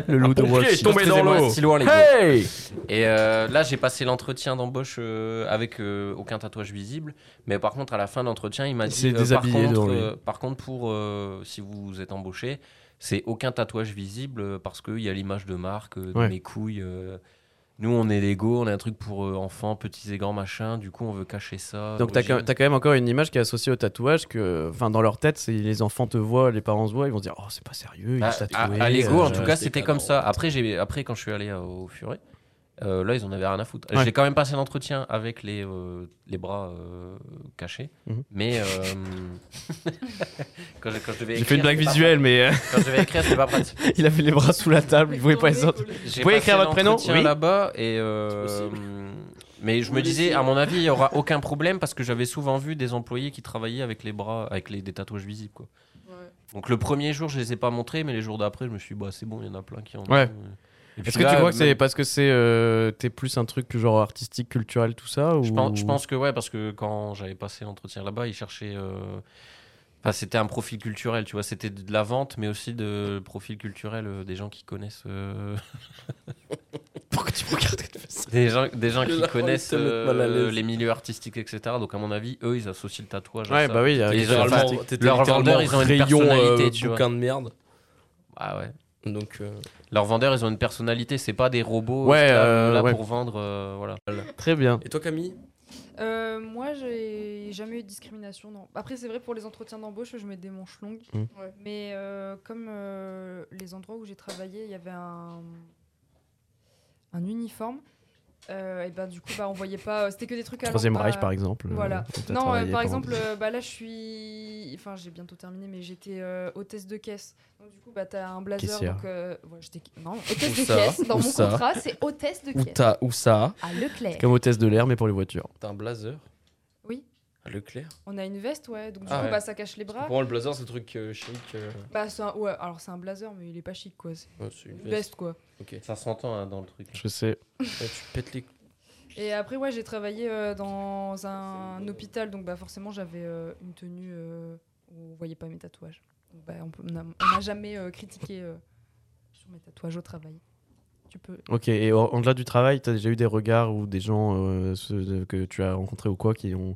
S2: le loup de Wall
S3: pompier est
S2: Street.
S3: tombé dans
S1: Excusez-moi,
S3: l'eau.
S1: stylo en Lego.
S2: Hey
S1: Et euh, là, j'ai passé l'entretien d'embauche euh, avec euh, aucun tatouage visible. Mais par contre, à la fin de l'entretien, il m'a
S2: Il
S1: dit
S2: s'est
S1: euh,
S2: déshabillé
S1: par,
S2: devant
S1: contre,
S2: lui.
S1: euh, par contre, pour euh, si vous êtes embauché, c'est aucun tatouage visible euh, parce qu'il y a l'image de marque, euh, de
S2: Ouais.
S1: mes couilles. euh. nous, on est Lego, on a un truc pour euh, enfants, petits et grands, machin. Du coup, on veut cacher ça.
S2: Donc t'as
S1: l'origine.
S2: quand t'as quand même encore une image qui est associée au tatouage que, enfin, dans leur tête, c'est les enfants te voient, les parents se voient, ils vont se dire oh c'est pas sérieux, il
S1: Bah,
S2: est
S1: à,
S2: tatoué.
S1: à Lego,
S2: euh,
S1: en tout cas, c'était
S3: c'était pas
S1: comme
S3: marrant.
S1: ça. Après, j'ai, après, quand je suis allé euh, au Furet, euh, là, ils en avaient rien à foutre.
S2: Ouais.
S1: J'ai quand même passé l'entretien avec les, euh, les bras euh, cachés,
S2: Mhm.
S1: mais euh, quand, je, quand je devais
S2: J'ai
S1: écrire,
S2: fait une blague
S1: c'était hein, pas
S2: visuelle, mais euh,
S1: pratique. Quand je devais écrire, c'était pas pratique.
S2: il avait les bras sous la table, il voulait Ah, pas les entendre.
S1: J'ai
S2: pouvez
S1: passé
S2: écrire votre prénom
S1: l'entretien
S2: Oui.
S1: là-bas et euh,
S3: C'est possible.
S1: mais je me
S3: Oui,
S1: disais,
S3: si.
S1: à mon avis, il y aura aucun problème parce que j'avais souvent vu des employés qui travaillaient avec les bras, avec les des tatouages visibles, quoi. Donc le premier jour, je les ai pas montrés, mais les jours d'après, je me suis dit, bah c'est bon, il y en a plein qui en
S2: Ouais.
S1: ont. Et puis
S2: Est-ce que
S1: là,
S2: tu crois que c'est
S1: même-
S2: parce que c'est euh, t'es plus un truc genre artistique, culturel, tout ça ou...
S1: je pense, je pense que ouais, parce que quand j'avais passé l'entretien là-bas, ils cherchaient. euh, Enfin, c'était un profil culturel, tu vois. C'était de la vente, mais aussi de profil culturel euh, des gens qui connaissent. euh,
S2: Pourquoi tu me regardes comme ça
S1: des gens, des gens qui
S3: J'ai l'impression
S1: connaissent
S3: de te mettre mal à
S1: euh,
S3: l'aise.
S1: les milieux artistiques, etc. Donc, à mon avis, eux, ils associent le tatouage à
S2: Ouais,
S1: ça.
S2: bah oui, il y a
S1: Et
S2: quelque
S1: ils
S2: chose
S1: ont-
S2: d'artistique.
S1: littéralement- leurs vendeurs, ils ont une
S3: rayon,
S1: personnalité, tu vois.
S3: bouquin de merde.
S1: Ah ouais.
S3: Donc, euh,
S1: Leurs vendeurs, ils ont une personnalité. C'est pas des robots
S2: Ouais,
S1: esclaves,
S2: euh,
S1: là
S2: ouais.
S1: pour vendre. euh, voilà.
S2: Très bien.
S3: Et toi, Camille
S6: Euh, moi, j'ai jamais eu de discrimination. Non. Après, c'est vrai pour les entretiens d'embauche, je mets des manches longues.
S2: Mm.
S5: Ouais.
S6: Mais euh, comme euh, les endroits où j'ai travaillé, il y avait un, un uniforme. euh, et ben du coup, bah, on voyait pas. C'était que des trucs à
S2: Troisième Reich,
S6: exemple
S2: par exemple. euh,
S6: Voilà.
S2: où t'as
S6: Non, euh,
S2: travaillé
S6: par
S2: pendant-
S6: exemple, euh, bah, là, je suis. Enfin, j'ai bientôt terminé, mais j'étais euh, hôtesse de caisse. Donc, du coup, bah, t'as un blazer.
S2: Caissière.
S6: Donc, euh, ouais, j'étais. Non, hôtesse
S3: Où
S6: de
S3: ça
S6: caisse. Dans
S3: Où
S6: mon
S3: ça
S6: contrat, c'est hôtesse de
S3: Où
S6: caisse.
S3: t'as Où ça
S6: À Leclerc.
S2: Comme hôtesse de l'air, mais pour les voitures.
S3: T'as un blazer
S6: Oui,
S3: Leclerc
S6: on a une veste, ouais. Donc, du
S3: Ah
S6: coup,
S3: ouais.
S6: bah, ça cache les
S3: Pour
S6: bras.
S3: moi, le blazer, c'est le truc euh, chic. euh,
S6: Bah, c'est un... ouais, alors c'est un blazer, mais il est pas chic, quoi. C'est
S3: ouais, c'est
S6: une
S3: une
S6: veste,
S3: veste.
S6: quoi.
S3: Ok.
S1: Ça s'entend hein, dans le truc.
S2: Je sais.
S3: Ouais, tu pètes les.
S6: Et après, ouais, j'ai travaillé euh, dans un hôpital, donc, bah, forcément, j'avais euh, une tenue euh, où on voyait pas mes tatouages. Donc, bah, on peut- on a- on m'a jamais euh, critiqué euh, sur mes tatouages au travail. Tu peux
S2: Ok, et en- au-delà du travail, t'as déjà eu des regards ou des gens euh, ceux de- que tu as rencontrés ou quoi qui ont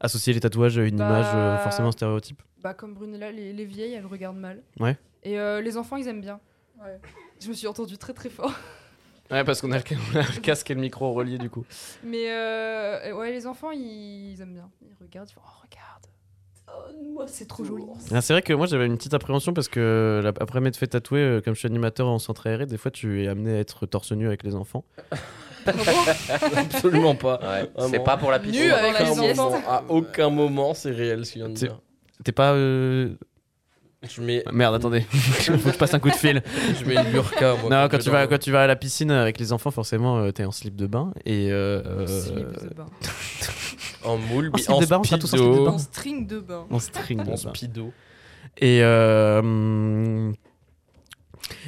S2: associé les tatouages à une
S6: Bah-
S2: image euh, forcément stéréotype
S6: Bah, comme Brunella, les, les vieilles, elles regardent mal.
S2: Ouais.
S6: Et euh, les enfants, ils aiment bien.
S5: Ouais.
S6: Je me suis entendue très très fort.
S2: Ouais, parce qu'on a, le casque et le micro reliés du coup.
S6: Mais euh, ouais, les enfants, ils, ils aiment bien. Ils regardent, ils font Oh, regarde. Oh, moi, c'est trop joli.
S2: Ah, c'est vrai que moi j'avais une petite appréhension parce que la- après m'être fait tatouer, euh, comme je suis animateur en centre aéré, des fois tu es amené à être torse nu avec les enfants.
S3: Absolument pas.
S1: c'est
S3: Vraiment.
S1: pas pour la
S5: Nu
S1: piscine.
S5: avec
S3: À
S5: les
S3: aucun
S5: sieste.
S3: moment- À aucun moment, c'est réel ce qu'il vient de
S2: C'est-
S3: dire.
S2: T'es pas. euh,
S3: Je mets,
S2: Merde, attendez, faut que je passe un coup de fil.
S3: je mets une burqa. moi,
S2: non,
S3: je
S2: quand
S3: vais
S2: tu,
S3: dans
S2: vas,
S3: le-
S2: quand tu vas à la piscine avec les enfants, forcément euh, t'es en slip de bain et. euh,
S6: Slip
S2: euh,
S6: de bain.
S3: En moule,
S2: En
S5: Oh,
S3: mais
S2: slip
S3: en
S2: de bain, on sera tous en slip de
S3: speedo.
S2: bain.
S5: En string de bain.
S2: en string. de
S3: En
S2: bain.
S3: speedo.
S2: Et euh, hum,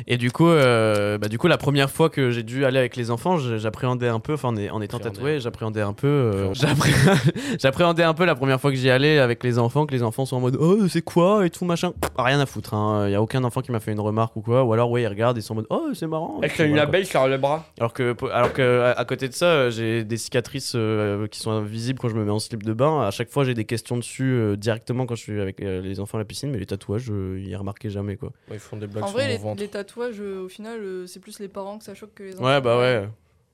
S2: Et du coup, euh, bah, du coup, la première fois que j'ai dû aller avec les enfants, je- j'appréhendais un peu, enfin, en, est- en étant
S3: Appréhender.
S2: tatoué, j'appréhendais un peu. euh, j'appré- j'appréhendais un peu la première fois que j'y allais avec les enfants, que les enfants sont en mode Oh, c'est quoi et tout, machin. Rien à foutre, hein. il y a aucun enfant qui m'a fait une remarque ou quoi. Ou alors, ouais, ils regardent et sont en mode Oh, c'est marrant. Et
S3: Avec
S2: puis
S3: une
S2: voilà, quoi.
S3: abeille sur le bras.
S2: Alors que, alors que à- à côté de ça, euh, j'ai des cicatrices euh, qui sont invisibles quand je me mets en slip de bain. À chaque fois, j'ai des questions dessus euh, directement quand je suis avec euh, les enfants à la piscine, mais les tatouages, euh, ils y remarquaient jamais quoi.
S3: Ouais, Ils font des blagues
S5: En
S3: sur
S5: vrai,
S3: mon
S5: les,
S3: ventre.
S5: les tatouages, euh, au final, euh, c'est plus les parents que ça choque que les enfants.
S2: Ouais, bah ouais,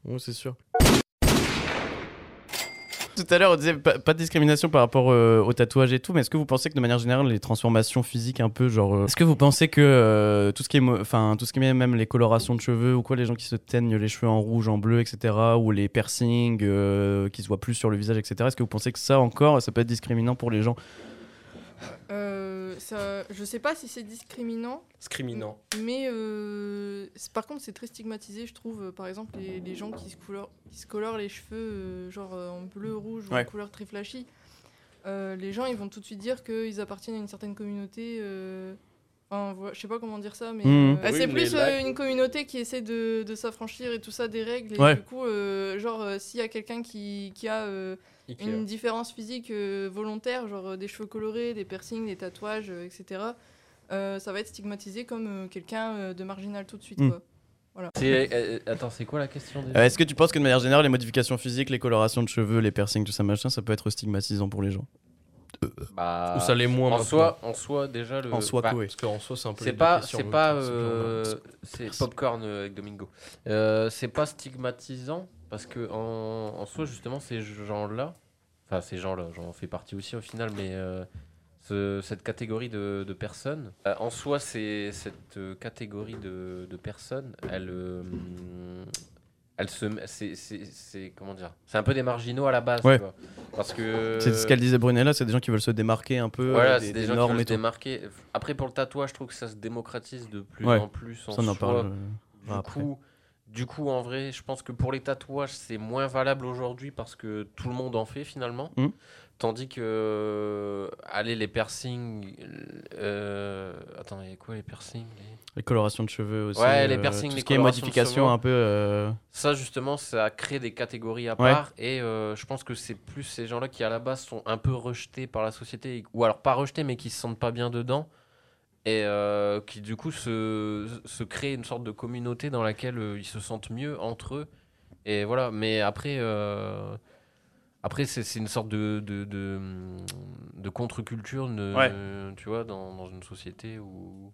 S2: Ouais, c'est sûr. Tout à l'heure, on disait pas, pas de discrimination par rapport euh, aux tatouages et tout, mais est-ce que vous pensez que de manière générale, les transformations physiques, un peu genre. euh, est-ce que vous pensez que euh, tout, ce qui est mo- enfin, tout ce qui est même les colorations de cheveux ou quoi, les gens qui se teignent les cheveux en rouge, en bleu, etc., ou les piercings euh, qui se voient plus sur le visage, etc., est-ce que vous pensez que ça encore, ça peut être discriminant pour les gens
S5: Euh, ça, je sais pas si c'est discriminant,
S3: Scriminant.
S5: mais euh, c'est- par contre, c'est très stigmatisé, je trouve. euh, Par exemple, les, les gens qui se, couleur- qui se colorent les cheveux euh, genre euh, en bleu, rouge ou en
S2: Ouais.
S5: couleur très flashy, euh, les gens ils vont tout de suite dire qu'ils appartiennent à une certaine communauté. euh, Enfin, voilà, je sais pas comment dire ça, mais
S2: Mhm.
S5: euh, bah,
S3: Oui,
S5: c'est
S3: mais
S5: plus
S3: là-
S5: euh, une communauté qui essaie de, de s'affranchir et tout ça des règles. Et
S2: Ouais.
S5: du coup, euh, genre, euh, s'il y a quelqu'un qui, qui a euh,
S3: Ikea.
S5: une différence physique euh, volontaire, genre euh, des cheveux colorés, des piercings, des tatouages, euh, etc., euh, ça va être stigmatisé comme euh, quelqu'un euh, de marginal tout de suite.
S2: Mm.
S5: Quoi.
S1: attends, c'est quoi la question
S2: Euh, Est-ce que tu penses que de manière générale, les modifications physiques, les colorations de cheveux, les piercings, tout ça, machin, ça peut être stigmatisant pour les gens
S3: Euh, Ou ça l'est moins
S1: en
S3: maintenant.
S1: soi, en soi, déjà le.
S2: En soi,
S1: bah,
S2: quoi, oui.
S3: Parce qu'en soi, c'est un peu.
S1: C'est
S3: les
S1: pas,
S3: deux
S1: c'est
S3: questions,
S1: pas,
S3: mais c'est
S1: euh,
S3: genre,
S1: c'est popcorn euh, avec Domingo. Euh, c'est pas stigmatisant parce que en, en soi justement ces gens-là, enfin ces gens-là, j'en fais partie aussi au final, mais euh, ce- cette catégorie de, de personnes, euh, en soi c'est cette euh, catégorie de, de personnes, elle, euh, elle se, c'est, c'est- c'est- comment dire, c'est un peu des marginaux à la base,
S2: Ouais.
S1: tu vois. parce que
S2: C'est ce qu'elle disait Brunella, c'est des gens qui veulent se démarquer un peu
S1: voilà,
S2: euh,
S1: c'est
S2: des,
S1: des,
S2: des
S1: gens qui
S2: normes
S1: veulent
S2: et
S1: se
S2: tout.
S1: démarquer. Après, pour le tatouage, je trouve que ça se démocratise de plus
S2: Ouais.
S1: en plus. En
S2: Ça, on en
S1: soi.
S2: parle. euh,
S1: Du,
S2: après.
S1: coup, du coup, en vrai, je pense que pour les tatouages, c'est moins valable aujourd'hui parce que tout le monde en fait finalement.
S2: Mhm.
S1: Tandis que, euh, allez, les piercings. Euh, attends, il y a quoi les piercings les-
S2: Les colorations de cheveux aussi. euh,
S1: Ouais, les piercings,
S2: tout
S1: les
S2: ce qui est
S1: colorations de
S2: modification
S1: cheveux.
S2: un peu. euh,
S1: Ça, justement, ça crée des catégories à
S2: Ouais.
S1: part. Et euh, je pense que c'est plus ces gens-là qui, à la base, sont un peu rejetés par la société. et- Ou alors pas rejetés, mais qui se sentent pas bien dedans. Et euh, qui, du coup, se, se créent une sorte de communauté dans laquelle euh, ils se sentent mieux entre eux. Et voilà. Mais après. euh, Après, c'est c'est une sorte de, de, de, de contre-culture, ne- tu vois, dans, dans une société où,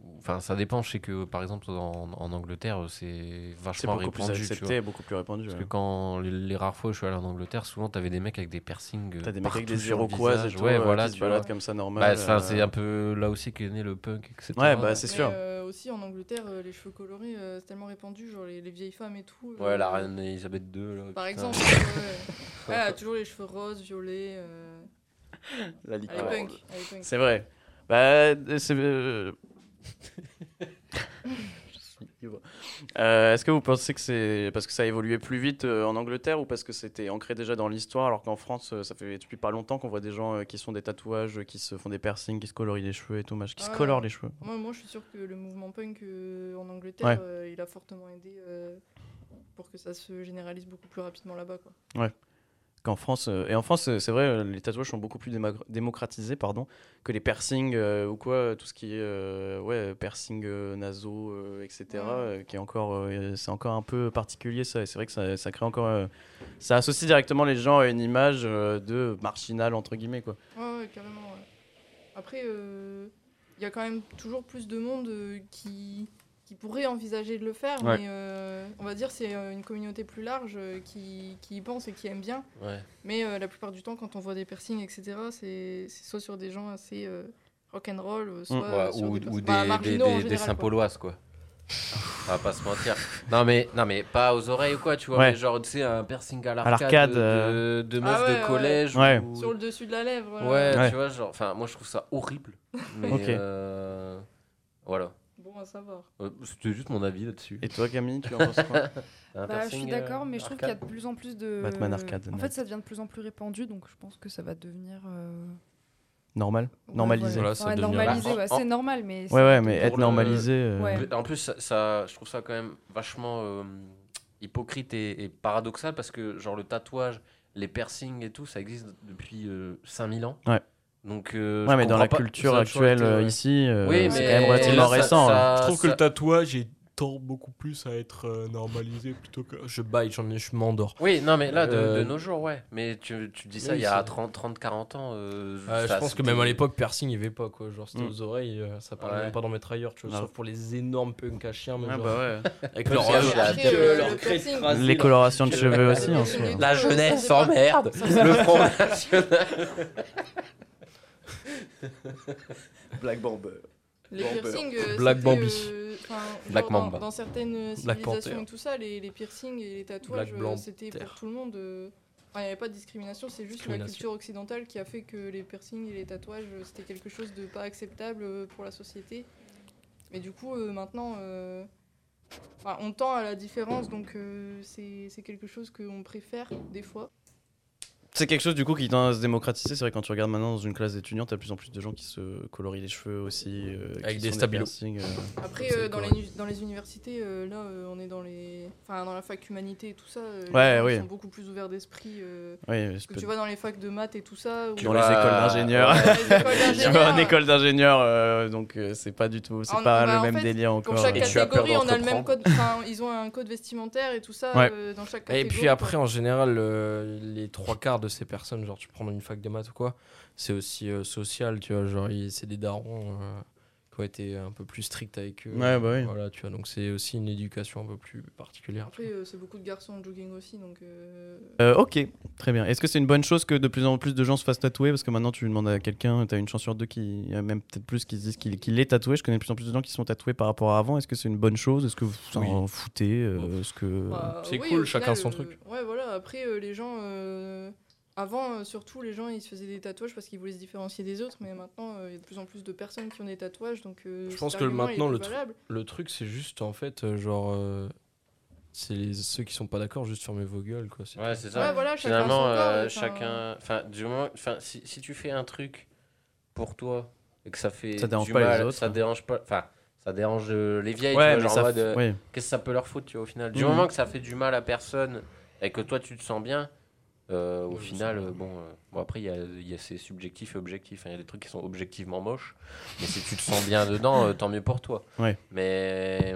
S1: où- Enfin, ça dépend. Je sais que, par exemple, en, en Angleterre, c'est
S2: C'est
S1: vachement
S2: beaucoup plus
S1: répandu, tu vois.
S2: accepté, beaucoup plus répandu.
S1: Parce
S2: ouais.
S1: que quand les, les rares fois où je suis allé en Angleterre, souvent t'avais des mecs avec des piercings. euh,
S2: T'as des mecs avec
S1: partout
S2: des
S1: sur le
S2: iroquoises et
S1: visage.
S2: tout.
S1: Ouais,
S2: euh,
S1: voilà,
S2: qui se
S1: tu
S2: baladent
S1: vois.
S2: comme ça normal.
S1: Bah, ça,
S2: euh,
S1: c'est un hein. peu là aussi qu'est né le punk, etc.
S2: Ouais, bah, c'est
S5: Mais,
S2: sûr.
S5: euh, aussi en Angleterre, euh, les cheveux colorés, euh, c'est tellement répandu, genre les, les vieilles femmes et tout. euh,
S1: Ouais, la reine Elisabeth II. Là, putain.
S5: Par exemple, ouais. Ouais, elle a toujours les cheveux roses, violets. euh,
S2: Ah,
S5: Elle est
S1: Ouais.
S5: punk. elle est punk.
S2: C'est vrai. Bah, euh, c'est. euh, Je suis ivre. Euh, Est-ce que vous pensez que c'est parce que ça a évolué plus vite euh, en Angleterre ou parce que c'était ancré déjà dans l'histoire alors qu'en France euh, ça fait depuis pas longtemps qu'on voit des gens euh, qui se font des tatouages, euh, qui se font des piercings, qui se colorient les cheveux et tout machin, qui
S5: Ah
S2: se
S5: ouais.
S2: colorent les cheveux.
S5: Moi, moi, je suis sûre que le mouvement punk euh, en Angleterre,
S2: Ouais.
S5: euh, il a fortement aidé euh, pour que ça se généralise beaucoup plus rapidement là-bas. quoi.
S2: qu'en France. euh, et en France, euh, c'est vrai, euh, les tatouages sont beaucoup plus déma- démocratisés pardon, que les piercings euh, ou quoi, euh, tout ce qui est euh, ouais, piercing euh, nasaux, euh, etc.
S5: Ouais.
S2: euh, qui est encore, euh, c'est encore un peu particulier ça. Et c'est vrai que ça, ça crée encore, euh, ça associe directement les gens à une image euh, de marginal entre guillemets quoi.
S5: Ouais, ouais, carrément. ouais. Après, euh, il y a quand même toujours plus de monde euh, qui, qui pourrait envisager de le faire,
S2: Ouais.
S5: mais euh, on va dire c'est euh, une communauté plus large euh, qui, qui y pense et qui aime bien.
S1: Ouais.
S5: Mais euh, la plupart du temps, quand on voit des piercings, etc., c'est c'est soit sur des gens assez euh, rock'n'roll, euh, soit
S2: Mm.
S5: euh,
S1: Mmh, Ouais,
S5: sur
S1: ou,
S5: des,
S1: ou
S5: pers- bah,
S1: des, des,
S5: marginaux en
S1: des, des
S5: général, quoi.
S1: Saint-Pauloises, quoi. On va pas se mentir. Non, mais, non, mais pas aux oreilles ou quoi, tu vois.
S2: Ouais.
S1: Mais genre, tu sais, un piercing à
S2: l'arcade, euh.
S1: l'arcade de, de meufs
S5: Ah ouais,
S1: de
S5: ouais.
S1: collège.
S2: Ouais.
S1: ou-
S5: Sur le dessus de la lèvre. voilà.
S1: Ouais,
S2: Ouais.
S1: tu vois, genre, enfin, moi je trouve ça horrible. Mais
S2: Ok.
S1: euh, voilà.
S5: Bon à savoir.
S1: Euh, C'était juste mon avis là-dessus.
S2: Et toi Camille, tu en penses quoi
S1: Un
S6: Bah, je
S1: piercing,
S6: suis d'accord,
S1: euh,
S6: mais je trouve qu'il y a
S1: arcade.
S6: de plus en plus de.
S2: Batman Arcade,
S6: En
S2: non.
S6: fait, ça devient de plus en plus répandu, donc je pense que ça va devenir. euh,
S7: Normal Normalisé.
S3: Voilà, ça
S6: Ouais,
S3: devient-
S6: normalisé,
S1: Bah,
S6: ouais,
S1: en-
S6: c'est normal, mais.
S7: Ouais, ouais, mais
S1: pour
S7: être
S1: le-
S7: normalisé. euh,
S6: Ouais.
S1: En plus, ça, ça- je trouve ça quand même vachement euh, hypocrite et, et paradoxal parce que, genre, le tatouage, les piercings et tout, ça existe depuis euh, 5000 ans.
S7: Ouais.
S1: Donc, euh,
S7: Ouais,
S1: je
S7: mais dans la
S1: comprends pas-
S7: culture
S1: ça a toujours
S7: actuelle
S1: été,
S7: euh,
S1: ouais.
S7: ici, euh,
S1: Oui,
S7: c'est
S1: mais-
S7: quand même
S1: ça-
S7: relativement récent. hein. ouais.
S1: ça-
S3: Ah,
S8: Je trouve que
S1: ça-
S8: le tatouage est tend beaucoup plus à être euh, normalisé plutôt que.
S3: Je baille, j'en ai- je
S7: Mm.
S3: m'endors.
S1: Oui, non, mais là, de,
S3: Euh,
S1: de nos jours, ouais. Mais tu, tu dis ça
S3: oui,
S1: il y a
S3: c'est-
S1: 30, 30, 40 ans. euh, ça,
S3: Euh, je pense que
S1: c'était-
S3: même à l'époque, piercing, il n'y avait pas quoi. Genre, c'était
S7: Mm.
S3: aux oreilles, euh, ça parlait
S1: Ouais.
S3: même pas d'en mettre ailleurs, tu vois.
S7: Non.
S3: Sauf pour les énormes punks à chiens, mais
S7: Ah,
S3: genre,
S7: bah ouais.
S3: avec
S1: Parce
S3: leur
S1: qu'il y a-
S3: leur-
S5: Après, euh,
S3: leur
S5: le
S3: crête
S5: piercing.
S3: rasée,
S7: Les
S3: leur-
S7: colorations de cheveux
S1: Ah,
S7: aussi,
S3: hein.
S7: en
S5: Ouais.
S7: soi.
S5: Ouais.
S1: La jeunesse s'emmerde, le Front National.
S7: Black Bomber.
S5: Les
S7: Bambi.
S5: piercings, euh,
S3: Black
S5: c'était,
S3: Bambi.
S5: euh, enfin,
S1: Black
S5: genre dans-
S1: Mamba.
S5: Dans, certaines
S3: Black
S5: civilisations
S3: Panther.
S5: et tout ça, les, les piercings et les tatouages,
S3: Black Panther.
S5: euh, c'était pour tout le monde. euh. Enfin, il n'y avait pas de discrimination, c'est juste la
S3: Discrimination.
S5: culture occidentale qui a fait que les piercings et les tatouages, euh, c'était quelque chose de pas acceptable euh, pour la société. Mais du coup, euh, maintenant, euh, enfin, on tend à la différence, donc euh, c'est c'est quelque chose qu'on préfère des fois.
S7: C'est quelque chose du coup qui tend à se démocratiser. C'est vrai quand tu regardes maintenant dans une classe d'étudiants, t'as de plus en plus de gens qui se colorient les cheveux aussi, euh, qui
S3: Avec des
S7: font
S3: stabilos.
S7: piercings, euh.
S5: Après,
S7: C'est
S5: euh, dans, les,
S7: correct.
S5: nu- dans les universités, euh, là, euh, on est dans les, enfin, dans la fac humanité et tout ça. euh,
S7: Ouais,
S5: les gens
S7: oui.
S5: sont beaucoup plus ouverts d'esprit. euh,
S7: Oui, c'est
S5: que
S7: peut-
S5: tu vas dans les facs de maths et tout ça. bah, ou-
S1: Tu
S7: dans
S1: vas-
S7: les écoles d'ingénieurs.
S5: Ouais, les écoles
S7: Tu vas en
S5: d'ingénieurs.
S7: école d'ingénieur, euh, donc euh, c'est pas du tout, c'est
S5: Ah, on-
S7: pas
S5: bah,
S7: le
S5: en
S7: même
S5: fait,
S7: délire encore.
S5: Pour chaque
S1: Et tu as peur
S5: catégorie, on a le même
S1: d'entreprendre.
S5: code. Enfin, ils ont un code vestimentaire et tout ça
S7: Ouais.
S5: euh, dans chaque
S3: Et
S5: catégorie.
S3: puis après,
S5: quoi.
S3: en général, euh, les trois quarts de ces personnes, genre tu prends une fac de maths ou quoi, c'est aussi euh, social, tu vois. Genre, ils- c'est des darons euh, qui ont été un peu plus stricts avec eux.
S7: Ouais, bah oui.
S3: Voilà, tu vois. Donc, c'est aussi une éducation un peu plus particulière.
S5: Après, euh, c'est beaucoup de garçons en jogging aussi, donc. euh,
S7: Euh, ok, très bien. Est-ce que c'est une bonne chose que de plus en plus de gens se fassent tatouer Parce que maintenant, tu demandes à quelqu'un, t'as une chance sur deux qui, il y a même peut-être plus, qui se disent qu'il qu'il est tatoué. Je connais de plus en plus de gens qui sont tatoués par rapport à avant. Est-ce que c'est une bonne chose Est-ce que vous vous en foutez euh, Est-ce que
S5: bah,
S3: c'est
S5: oui,
S3: cool,
S5: au
S3: chacun son
S5: euh,
S3: truc.
S5: Ouais, voilà. Après, euh, les gens. euh, Avant, euh, surtout, les gens ils se faisaient des tatouages parce qu'ils voulaient se différencier des autres, mais maintenant, euh, il y a de plus en plus de personnes qui ont des tatouages, donc. euh,
S3: Je
S5: cet
S3: pense que
S5: argument, il est
S3: maintenant,
S5: plus
S3: le truc-
S5: valable.
S3: Le truc, c'est juste en fait, euh, genre, euh, c'est les- ceux qui sont pas d'accord, juste fermez vos gueules, quoi. c'est-
S1: Ouais, c'est ça.
S5: Ouais, voilà, chacun son
S1: Finalement,
S5: corps,
S1: euh,
S5: enfin,
S1: chacun. Enfin, du moment. Enfin, si, si tu fais un truc pour toi et que ça fait.
S7: Ça dérange
S1: du
S7: pas les
S1: mal,
S7: autres. hein.
S1: Ça dérange pas. Enfin, ça dérange euh, les vieilles.
S7: Ouais,
S1: tu vois,
S7: mais
S1: genre
S7: ça
S1: en mode,
S7: f-
S1: euh,
S7: ouais.
S1: Qu'est-ce que ça peut leur foutre, tu vois, au final Du
S7: Mhm.
S1: moment que ça fait du mal à personne et que toi, tu te sens bien. euh, au
S3: Ouais, je
S1: final,
S3: sais pas.
S1: euh, bon, euh, bon, après, il y a, il y a ces subjectifs et objectifs. hein. Il y a des trucs qui sont objectivement moches, mais si tu te sens bien dedans, euh, tant mieux pour toi.
S7: Ouais.
S1: Mais,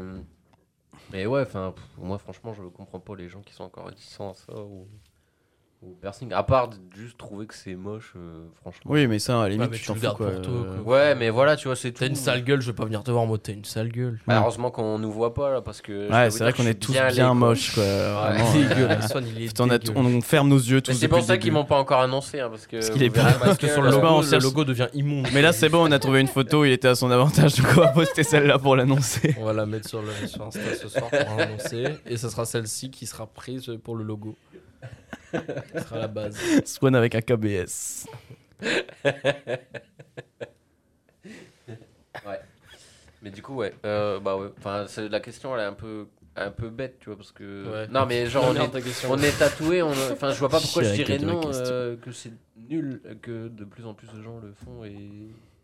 S1: mais ouais, enfin, pff, moi, franchement, je comprends pas les gens qui sont encore réticents à ça ou, ou au piercing. À part de juste trouver que c'est moche, euh, franchement.
S7: Oui, mais ça, à la limite,
S3: mais
S7: tu
S3: tu
S7: t'en
S3: le
S7: fous
S3: gardes
S7: quoi.
S3: pour toi,
S7: Euh,
S3: quoi.
S1: Ouais, mais voilà, tu vois, c'est tout.
S3: T'as une sale gueule, je vais pas venir te voir, moi, t'as une sale gueule.
S1: Malheureusement qu'on nous voit pas là parce que. je
S7: Ouais,
S1: t'avoue
S7: c'est
S1: dire
S7: vrai
S1: que
S7: qu'on
S1: je
S7: est
S1: suis
S7: tous bien
S1: les cons.
S7: moches quoi. Vraiment,
S3: Ouais,
S7: euh,
S3: dégueulasse, Swan, il est
S7: putain, on, a t-
S3: dégueulasse.
S7: on ferme nos yeux tous.
S1: Mais c'est
S7: depuis
S1: pour
S7: le
S1: ça qu'ils
S7: début.
S1: m'ont pas encore annoncé, hein, parce que.
S7: Parce
S1: vous
S7: qu'il est
S1: verrez
S7: bien,
S1: ma
S3: Parce que
S1: gueule,
S3: sur le
S1: euh,
S7: Parce qu'on
S3: logo, le
S7: cherche-
S3: logo devient immonde.
S7: Mais là, c'est bon, on a trouvé une photo, il était à son avantage, donc on va poster celle-là pour l'annoncer.
S3: On va la mettre sur, le, sur Insta ce soir pour annoncer. Et ce sera celle-ci qui sera prise pour le logo. Ce sera la base.
S7: Swan avec un KBS.
S1: Mais du coup, ouais. euh, bah ouais. Enfin, c'est- la question, elle est un peu, un peu bête, tu vois, parce que.
S3: Ouais.
S1: Non, mais genre, on est,
S3: question.
S1: on est tatoué. on- Enfin, je vois pas pourquoi je
S7: Chirac
S1: dirais
S7: est la
S1: non,
S7: question.
S1: euh, que c'est nul, euh, que de plus en plus de gens le font et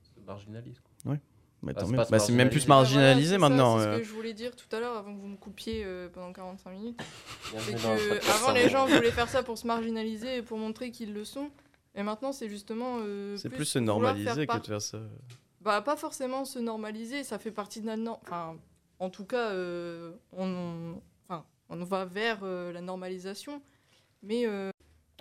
S1: se marginalisent. quoi.
S7: Bah,
S1: Bah,
S7: tant
S1: c'est
S7: mieux.
S1: pas se
S7: Bah, c'est même plus
S1: marginaliser.
S7: marginalisé
S5: Voilà, c'est ça,
S7: maintenant.
S5: C'est
S7: euh.
S5: ce que je voulais dire tout à l'heure avant que vous me coupiez euh, pendant 45 minutes. C'est
S1: Bienvenue dans le
S5: que
S1: podcast,
S5: avant,
S1: hein,
S5: les
S1: bon.
S5: gens voulaient faire ça pour se marginaliser et pour montrer qu'ils le sont. Et maintenant, c'est justement. euh,
S7: C'est plus se
S5: vouloir
S7: normaliser
S5: faire
S7: que
S5: part-
S7: de faire ça.
S5: Bah, pas forcément se normaliser, ça fait partie de la norme. Enfin, en tout cas, euh, on, enfin, on va vers euh, la normalisation. Mais euh,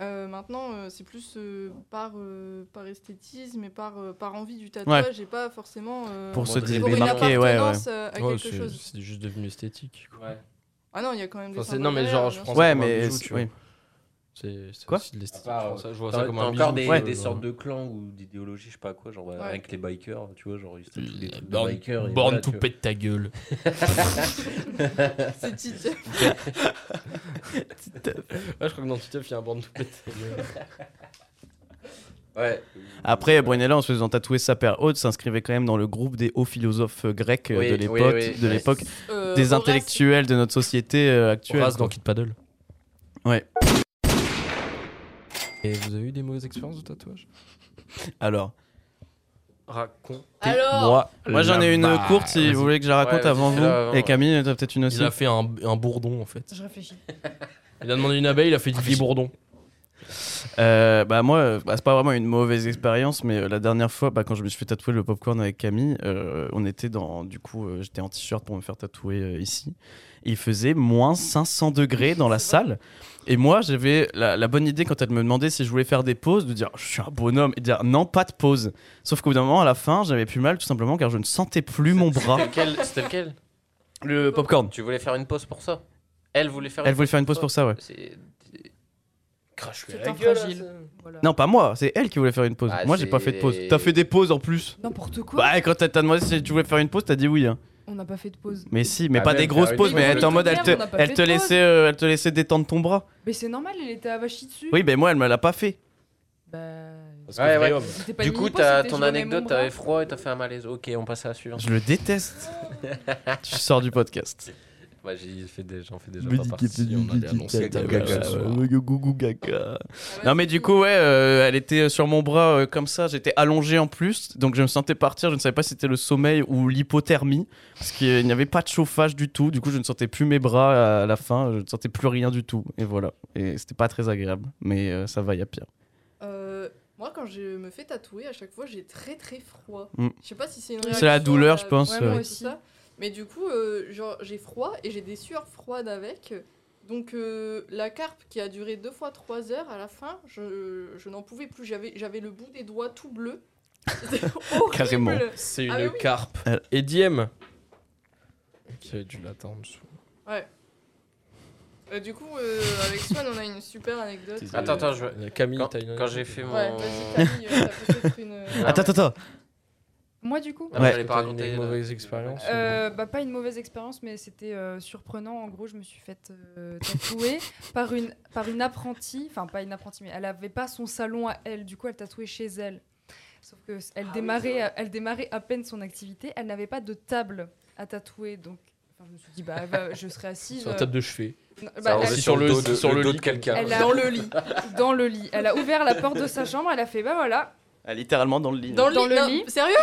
S5: euh, maintenant, euh, c'est plus euh, par, euh, par esthétisme et par, euh, par envie du tatouage et pas forcément. euh,
S7: Pour se
S1: se
S5: pour
S1: démarquer,
S5: une
S7: démarquer, ouais, ouais.
S5: appartenance, euh, à quelque
S2: Oh,
S3: c'est
S5: chose.
S3: c'est juste devenu esthétique. quoi.
S1: Ouais.
S5: Ah non, il y a quand même des.
S3: Enfin, c'est-
S5: symboles
S3: non, mais
S5: derrière, hein,
S3: genre,
S5: bien
S3: je
S5: sûr.
S3: prends
S7: Ouais,
S3: ça comme un
S7: mais
S3: bijou,
S7: c'est-
S3: tu vois.
S7: oui.
S3: C'est c'est
S7: Quoi
S3: aussi de l'esthétique.
S1: À part,
S3: je vois ça- je vois
S1: T'as
S3: ça
S1: t'as
S3: comme un
S1: encore
S3: bijou,
S1: des,
S3: euh,
S1: des
S3: genre.
S1: sortes de clans ou d'idéologies, je sais pas quoi, genre euh,
S5: Ouais.
S1: avec les bikers, tu vois, genre ils se tatouent des trucs de
S3: Born,
S1: bikers. et
S3: born
S1: voilà,
S3: to
S1: tu vois.
S3: pète ta gueule.
S5: C'est Tite.
S3: Ouais, je crois que dans Titeuf, il y a un born to pète ta gueule.
S1: Ouais.
S7: Après, Brunella, en se faisant tatouer sa paire haute, s'inscrivait quand même dans le groupe des hauts philosophes grecs euh,
S1: Oui,
S7: de
S1: oui,
S7: l'époque,
S1: oui,
S7: de
S1: oui.
S7: l'époque,
S5: Euh,
S7: des
S5: Horace,
S7: intellectuels de notre société euh, actuelle.
S3: Horace dans Kid Paddle.
S7: Ouais.
S3: Et vous avez eu des mauvaises expériences de tatouage
S7: Alors,
S3: raconte.
S5: Alors,
S7: Moi j'en ai
S2: euh,
S7: une courte si vous voulez que je la raconte
S1: Ouais, vas-y,
S7: avant vous.
S1: fais-la avant,
S7: Et
S1: ouais.
S7: Camille, t'as peut-être une aussi.
S3: Il a fait un, un bourdon en fait.
S6: Je réfléchis.
S3: Il a demandé une abeille, il a fait Didier Bourdon.
S7: Euh, bah moi, euh, bah, c'est pas vraiment une mauvaise expérience, mais euh, la dernière fois, bah, quand je me suis fait tatouer le popcorn avec Camille, euh, on était dans, du coup, euh, j'étais en t-shirt pour me faire tatouer euh, ici. Il faisait moins 500 degrés dans la salle. Et moi, j'avais la, la bonne idée quand elle me demandait si je voulais faire des pauses, de dire je suis un bonhomme et de dire non, pas de pause. Sauf qu'au bout d'un moment, à la fin, j'avais plus mal tout simplement car je ne sentais plus mon bras.
S1: C'était lequel, c'était lequel
S7: Le popcorn.
S1: Tu voulais faire une pause pour ça Elle voulait faire
S7: Elle
S1: une
S7: voulait faire une pause pour ça, ouais.
S1: C'est-
S3: Crache
S6: C'est
S3: la
S6: un
S3: gueule.
S6: fragile.
S3: là,
S6: Voilà.
S7: Non, pas moi, c'est elle qui voulait faire une pause.
S1: Ah,
S7: moi, j'ai
S1: c'est-
S7: pas fait de pause. T'as fait des pauses en plus.
S6: N'importe quoi.
S7: Bah, quand elle t'a demandé si tu voulais faire une pause, t'as dit oui. hein.
S6: On n'a pas fait de pause.
S7: Mais si, mais
S1: Ah,
S7: pas
S1: même
S7: des grosses
S1: faire une
S7: pauses, mais
S1: pause,
S7: elle était en
S1: le
S7: mode, elle
S6: truc.
S7: te,
S6: Merde, on n'a pas
S7: elle,
S6: fait
S7: te
S6: de pause.
S7: laissait, euh, elle te laissait détendre ton bras.
S6: Mais c'est normal, elle était avachie dessus.
S7: Oui, mais moi, elle me l'a pas fait.
S6: Bah.
S3: Parce que
S1: Ouais,
S3: vrai
S1: ouais.
S3: homme.
S6: c'était pas
S1: Du
S6: une
S1: coup,
S6: mini-pause,
S1: t'as
S6: c'était je
S1: ton
S6: remets mon
S1: anecdote,
S6: bras.
S1: t'avais froid et t'as fait un malaise. Ok, on passe à la suivante.
S7: Je le déteste. tu sors du podcast.
S1: Ouais, j'ai fait des- j'en fais déjà
S7: Me
S1: pas
S7: dis
S1: partie. On allait annoncer
S3: gaga,
S1: quelqu'un
S3: gaga,
S1: ce soir.
S3: ouais.
S7: Non, mais du coup, ouais, euh, elle était sur mon bras euh, comme ça. J'étais allongé en plus, donc je me sentais partir. Je ne savais pas si c'était le sommeil ou l'hypothermie, parce qu'il n'y avait pas de chauffage du tout. Du coup, je ne sentais plus mes bras à la fin. Je ne sentais plus rien du tout. Et voilà. Et c'était pas très agréable, mais euh, ça va, il y a pire.
S5: euh, moi, quand je me fais tatouer, à chaque fois, j'ai très très froid.
S7: Mm.
S5: Je sais pas si c'est une
S7: C'est
S5: réaction
S7: la douleur,
S5: à-
S7: je pense,
S5: Ouais, moi
S6: ouais.
S5: aussi. Mais du coup, euh, genre, j'ai froid et j'ai des sueurs froides avec. Donc, euh, la carpe qui a duré deux fois trois heures, à la fin, je, je n'en pouvais plus. J'avais j'avais le bout des doigts tout bleu. C'était horrible.
S7: Carrément.
S3: C'est une
S5: Ah, mais oui.
S3: carpe.
S7: Elle-
S3: Et Diem. Qui a dû l'attendre.
S5: Euh, du coup, euh, avec Swan, on a une super anecdote.
S1: Attends, attends, je...
S3: Camille,
S1: Quand,
S3: t'as une
S1: quand j'ai fait mon...
S5: Ouais, vas-y, Camille, euh, t'as peut-être une.
S1: Ah,
S7: Attends,
S1: ouais.
S7: attends, attends.
S6: Moi, du coup.
S1: Ah, mais
S7: Ouais.
S1: j'allais pas
S3: T'as eu
S1: raconter
S3: des
S1: une-
S3: mauvaises expériences.
S6: Euh, bah, pas une mauvaise expérience, mais c'était euh, surprenant. En gros, je me suis faite euh, tatouer par une, par une apprentie. Enfin, pas une apprentie, mais elle avait pas son salon à elle. Du coup, elle tatouait chez elle. Sauf que s- elle, démarrait, à- elle démarrait à peine son activité. Elle n'avait pas de table à tatouer. Donc, enfin, je me suis dit, bah, elle va- je serai assise.
S3: Sur la table de chevet.
S6: euh, non,
S1: Ça
S6: bah,
S1: aurait
S3: elle-
S1: été
S3: sur le-
S1: dos de-
S3: sur le
S1: dos
S3: lit.
S1: de quelqu'un.
S6: Elle a-
S5: Dans le lit.
S6: elle- dans le lit. Elle a ouvert la porte de sa chambre. Elle a fait, bah voilà.
S7: Ah, littéralement dans le lit.
S5: Dans le,
S6: Dans
S5: lit,
S6: le
S5: non,
S6: lit.
S5: Sérieux